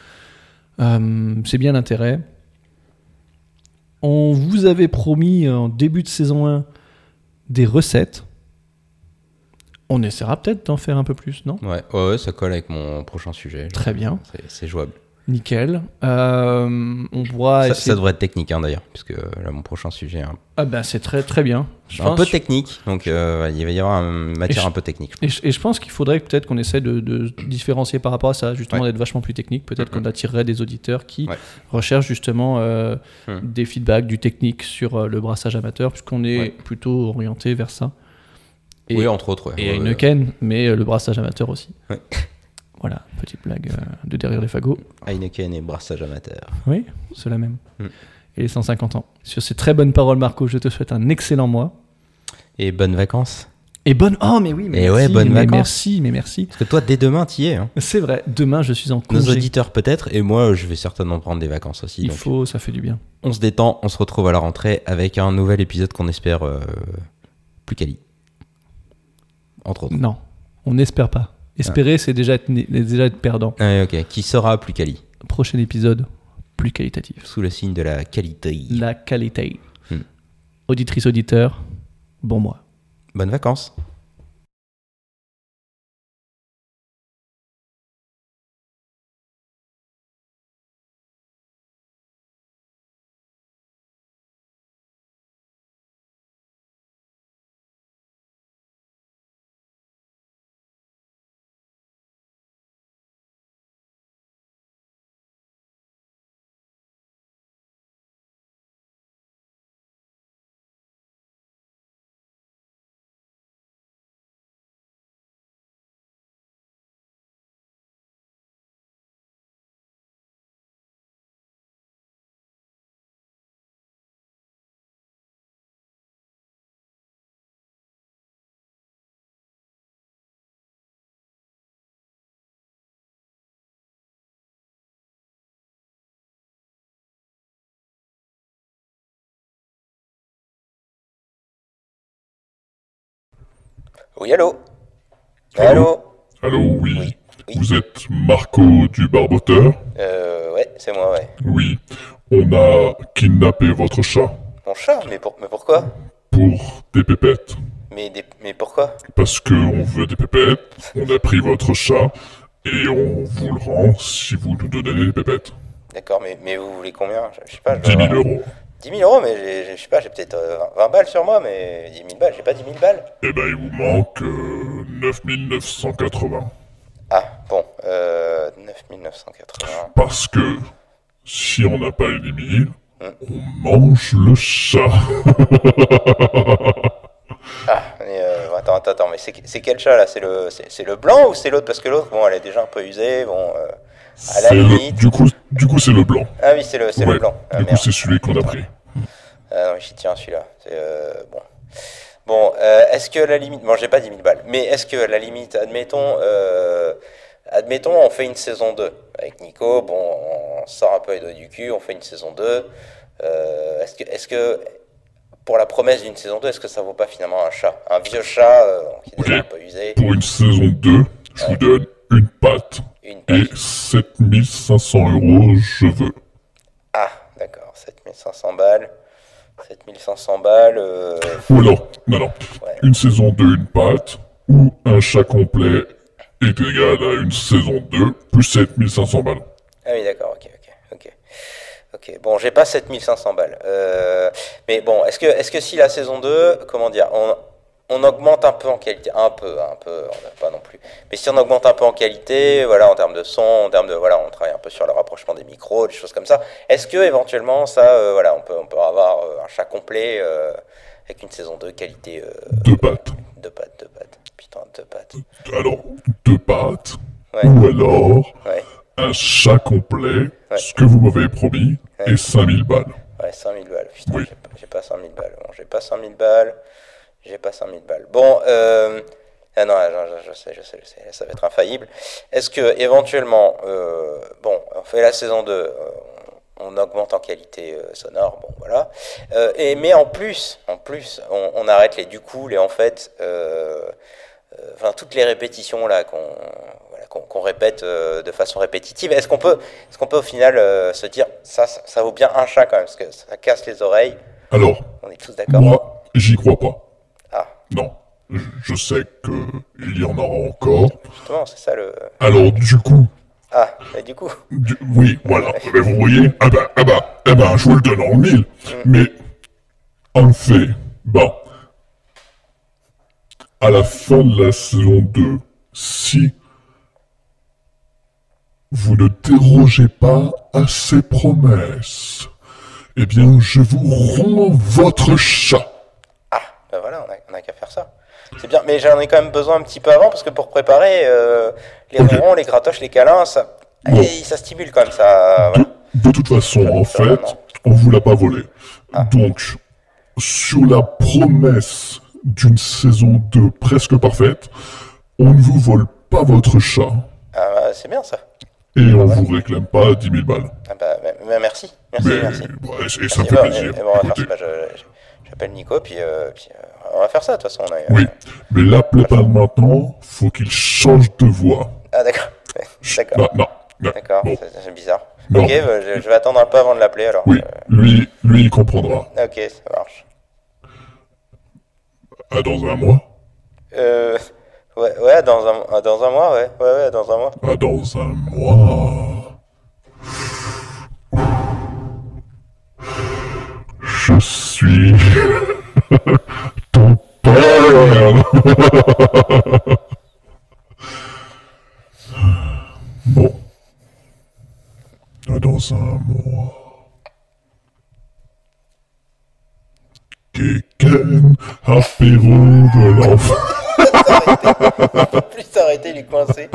Euh, c'est bien l'intérêt. On vous avait promis euh, en début de saison 1 des recettes. On essaiera peut-être d'en faire un peu plus, non Ouais, ouais, ouais, ça colle avec mon prochain sujet. genre. Très bien, C'est- C'est jouable. nickel. Euh, on pourra ça, essayer- ça devrait être technique hein, d'ailleurs, puisque là, mon prochain sujet est un, Ah ben c'est très très bien. Je un pense- peu technique. Donc, euh, il va y avoir une matière Et je- un peu technique. Et je, et je pense qu'il faudrait peut-être qu'on essaie de, de différencier par rapport à ça, justement Ouais. d'être vachement plus technique. Peut-être Mhm. qu'on attirerait des auditeurs qui Ouais. recherchent justement euh, Mhm. des feedbacks, du technique sur euh, le brassage amateur, puisqu'on est Ouais. plutôt orienté vers ça. Et- oui, entre autres. ouais. Et à Ouais, une ouais. ken, mais euh, le brassage amateur aussi. Ouais. Voilà, petite blague euh, de derrière les fagots. Heineken et brassage amateur. Oui, c'est la même. Mhm. Et les 150 ans. Sur ces très bonnes paroles, Marco, je te souhaite un excellent mois. Et bonnes vacances. Et bonne. Oh, mais oui, mais Et merci, ouais, bonnes mais vacances. merci, mais merci. Parce que toi, dès demain, t'y es. hein. C'est vrai, demain je suis en Nos congé. auditeurs peut-être, et moi, je vais certainement prendre des vacances aussi. Il donc, faut, ça fait du bien. On se détend, on se retrouve à la rentrée avec un nouvel épisode qu'on espère euh, plus quali. Entre autres. Non, on n'espère pas. Espérer, c'est déjà être, né- déjà être perdant. Ah, ok, qui sera plus quali Prochain épisode, plus qualitatif. Sous le signe de la qualité. La qualité. Hmm. Auditrice, auditeur, bon mois. Bonnes vacances. Oui, allô Allô Allô, oui. Vous êtes Marco du Barboteur Euh, ouais, c'est moi, ouais. Oui. On a kidnappé votre chat Mon chat Mais, pour, mais pourquoi pour des pépettes. mais, des- mais pourquoi Parce que on veut des pépettes, on a pris votre chat et on vous le rend si vous nous donnez des pépettes. D'accord, mais, mais vous voulez combien je, je sais pas, je 10 dois 000 avoir- euros. 10 000 euros, mais j'ai- j'ai- je sais pas, j'ai peut-être euh, 20, 20 balles sur moi, mais 10 000 balles, j'ai pas 10 000 balles. Eh ben, il vous manque euh, 9 980. Ah, bon, euh, 9 980. Parce que si on n'a pas les 10 000, on mange le chat. Mais, euh, attends, attends, attends, mais c'est c'est quel chat, là C'est le, c'est- c'est le blanc ou c'est l'autre Parce que l'autre, bon, elle est déjà un peu usée, bon... euh, à la C'est le- limite... du coup, du coup, c'est le blanc. Ah oui, c'est le, c'est Ouais. le blanc. Ah, du coup, merde. c'est celui qu'on a pris. Ah non, mais j'y tiens celui-là. C'est, euh, bon. Bon, euh, est-ce que à la limite. Bon, j'ai pas 10 000 balles, mais est-ce que à la limite, admettons. euh, Admettons, on fait une saison 2 avec Nico. Bon, on sort un peu les doigts du cul, on fait une saison 2. Euh, est-ce que, est-ce que, pour la promesse d'une saison 2, est-ce que ça vaut pas finalement un chat Un vieux chat euh, qui est déjà un Ok. peu usé, Pour une saison 2, je vous donne une patte une et page. 7500 euros, je veux. Ah, d'accord, 7500 balles. 7500 balles. euh, Ou alors, non, non, Ouais. une saison 2, une patte, ou un chat complet est égal à une saison 2 plus 7500 balles. Ah oui, d'accord, ok, ok, ok. Ok, bon, j'ai pas 7500 balles. Euh, mais bon, est-ce que, est-ce que si la saison 2, comment dire, on, on augmente un peu en qualité, un peu, hein, un peu, on n'a pas non plus. Mais si on augmente un peu en qualité, voilà, en termes de son, en termes de, voilà, on travaille un peu sur le rapprochement des micros, des choses comme ça. Est-ce que éventuellement, ça, euh, voilà, on peut, on peut avoir euh, un chat complet euh, avec une saison 2 qualité euh, Deux pattes. deux pattes, deux pattes. Putain, deux pattes. Alors, deux pattes, Ouais, ou alors ouais, un chat complet, Ouais. ce que vous m'avez promis, Ouais. et 5000 balles. ouais, 5000 balles. Putain, Oui. j'ai pas- j'ai pas 5000 balles. Bon, j'ai pas 5000 balles. J'ai pas 5000 balles. Bon, euh... Ah non, je, je- je sais, je sais, je sais, ça va être infaillible. Est-ce que éventuellement, euh, bon, on fait la saison 2, euh, on on augmente en qualité euh, sonore, bon voilà. Euh, et mais en plus, en plus, on, on arrête les du coup, les en fait, euh, euh, enfin toutes les répétitions là qu'on voilà, qu'on qu'on répète euh, de façon répétitive. Est-ce qu'on peut, est-ce qu'on peut au final euh, se dire ça, ça, ça vaut bien un chat quand même, parce que ça casse les oreilles. Alors, On est tous d'accord. moi, j'y crois pas. Ah, Non. Je- Je sais que il y en aura encore. justement, c'est ça le. Alors, du coup, Ah, et du coup. Du- Oui, voilà. Mais vous voyez, ah bah, ah bah, eh ben, je vous le donne en mille. Mais, en fait, bah, à la fin de la saison 2, si vous ne dérogez pas à ces promesses, eh bien, je vous rends votre chat. Ah, ben voilà, on a- on n'a qu'à faire ça. C'est bien, mais j'en ai quand même besoin un petit peu avant parce que pour préparer euh, les Ok. ronrons, les grattoches, les câlins, ça, Bon. et ça stimule quand même ça. voilà. De toute façon, en fait, on vous l'a pas volé. Ah. Donc, sur la promesse d'une saison 2 presque parfaite, on ne vous vole pas votre chat Ah, bah, c'est bien ça. et on vous réclame pas 10 000 balles. Ah, bah, bah, bah, merci, merci, Mais merci. bah, et, et ça Merci, me fait bah, plaisir. et- et bon, on va faire Écoutez, ça. Bah, je- je- J'appelle Nico, puis, euh, puis euh, on va faire ça de toute façon. on a- euh, oui, mais l'appelez pas maintenant, faut qu'il change de voix. Ah, d'accord. Chut, bah, D'accord. Non, non, non. D'accord, Bon, c'est c'est bizarre. Bon. Ok, bah, je, je vais attendre un peu avant de l'appeler alors. oui, lui, lui, il comprendra. Euh, ok, ça marche. À dans un mois. Euh, ouais, ouais, dans un, dans un mois, ouais. Ouais, ouais, dans un mois. À dans un mois. Je suis ton père. bon. À dans un mois. Keken, apéro de l'enfant. plus s'arrêter, lui coincer.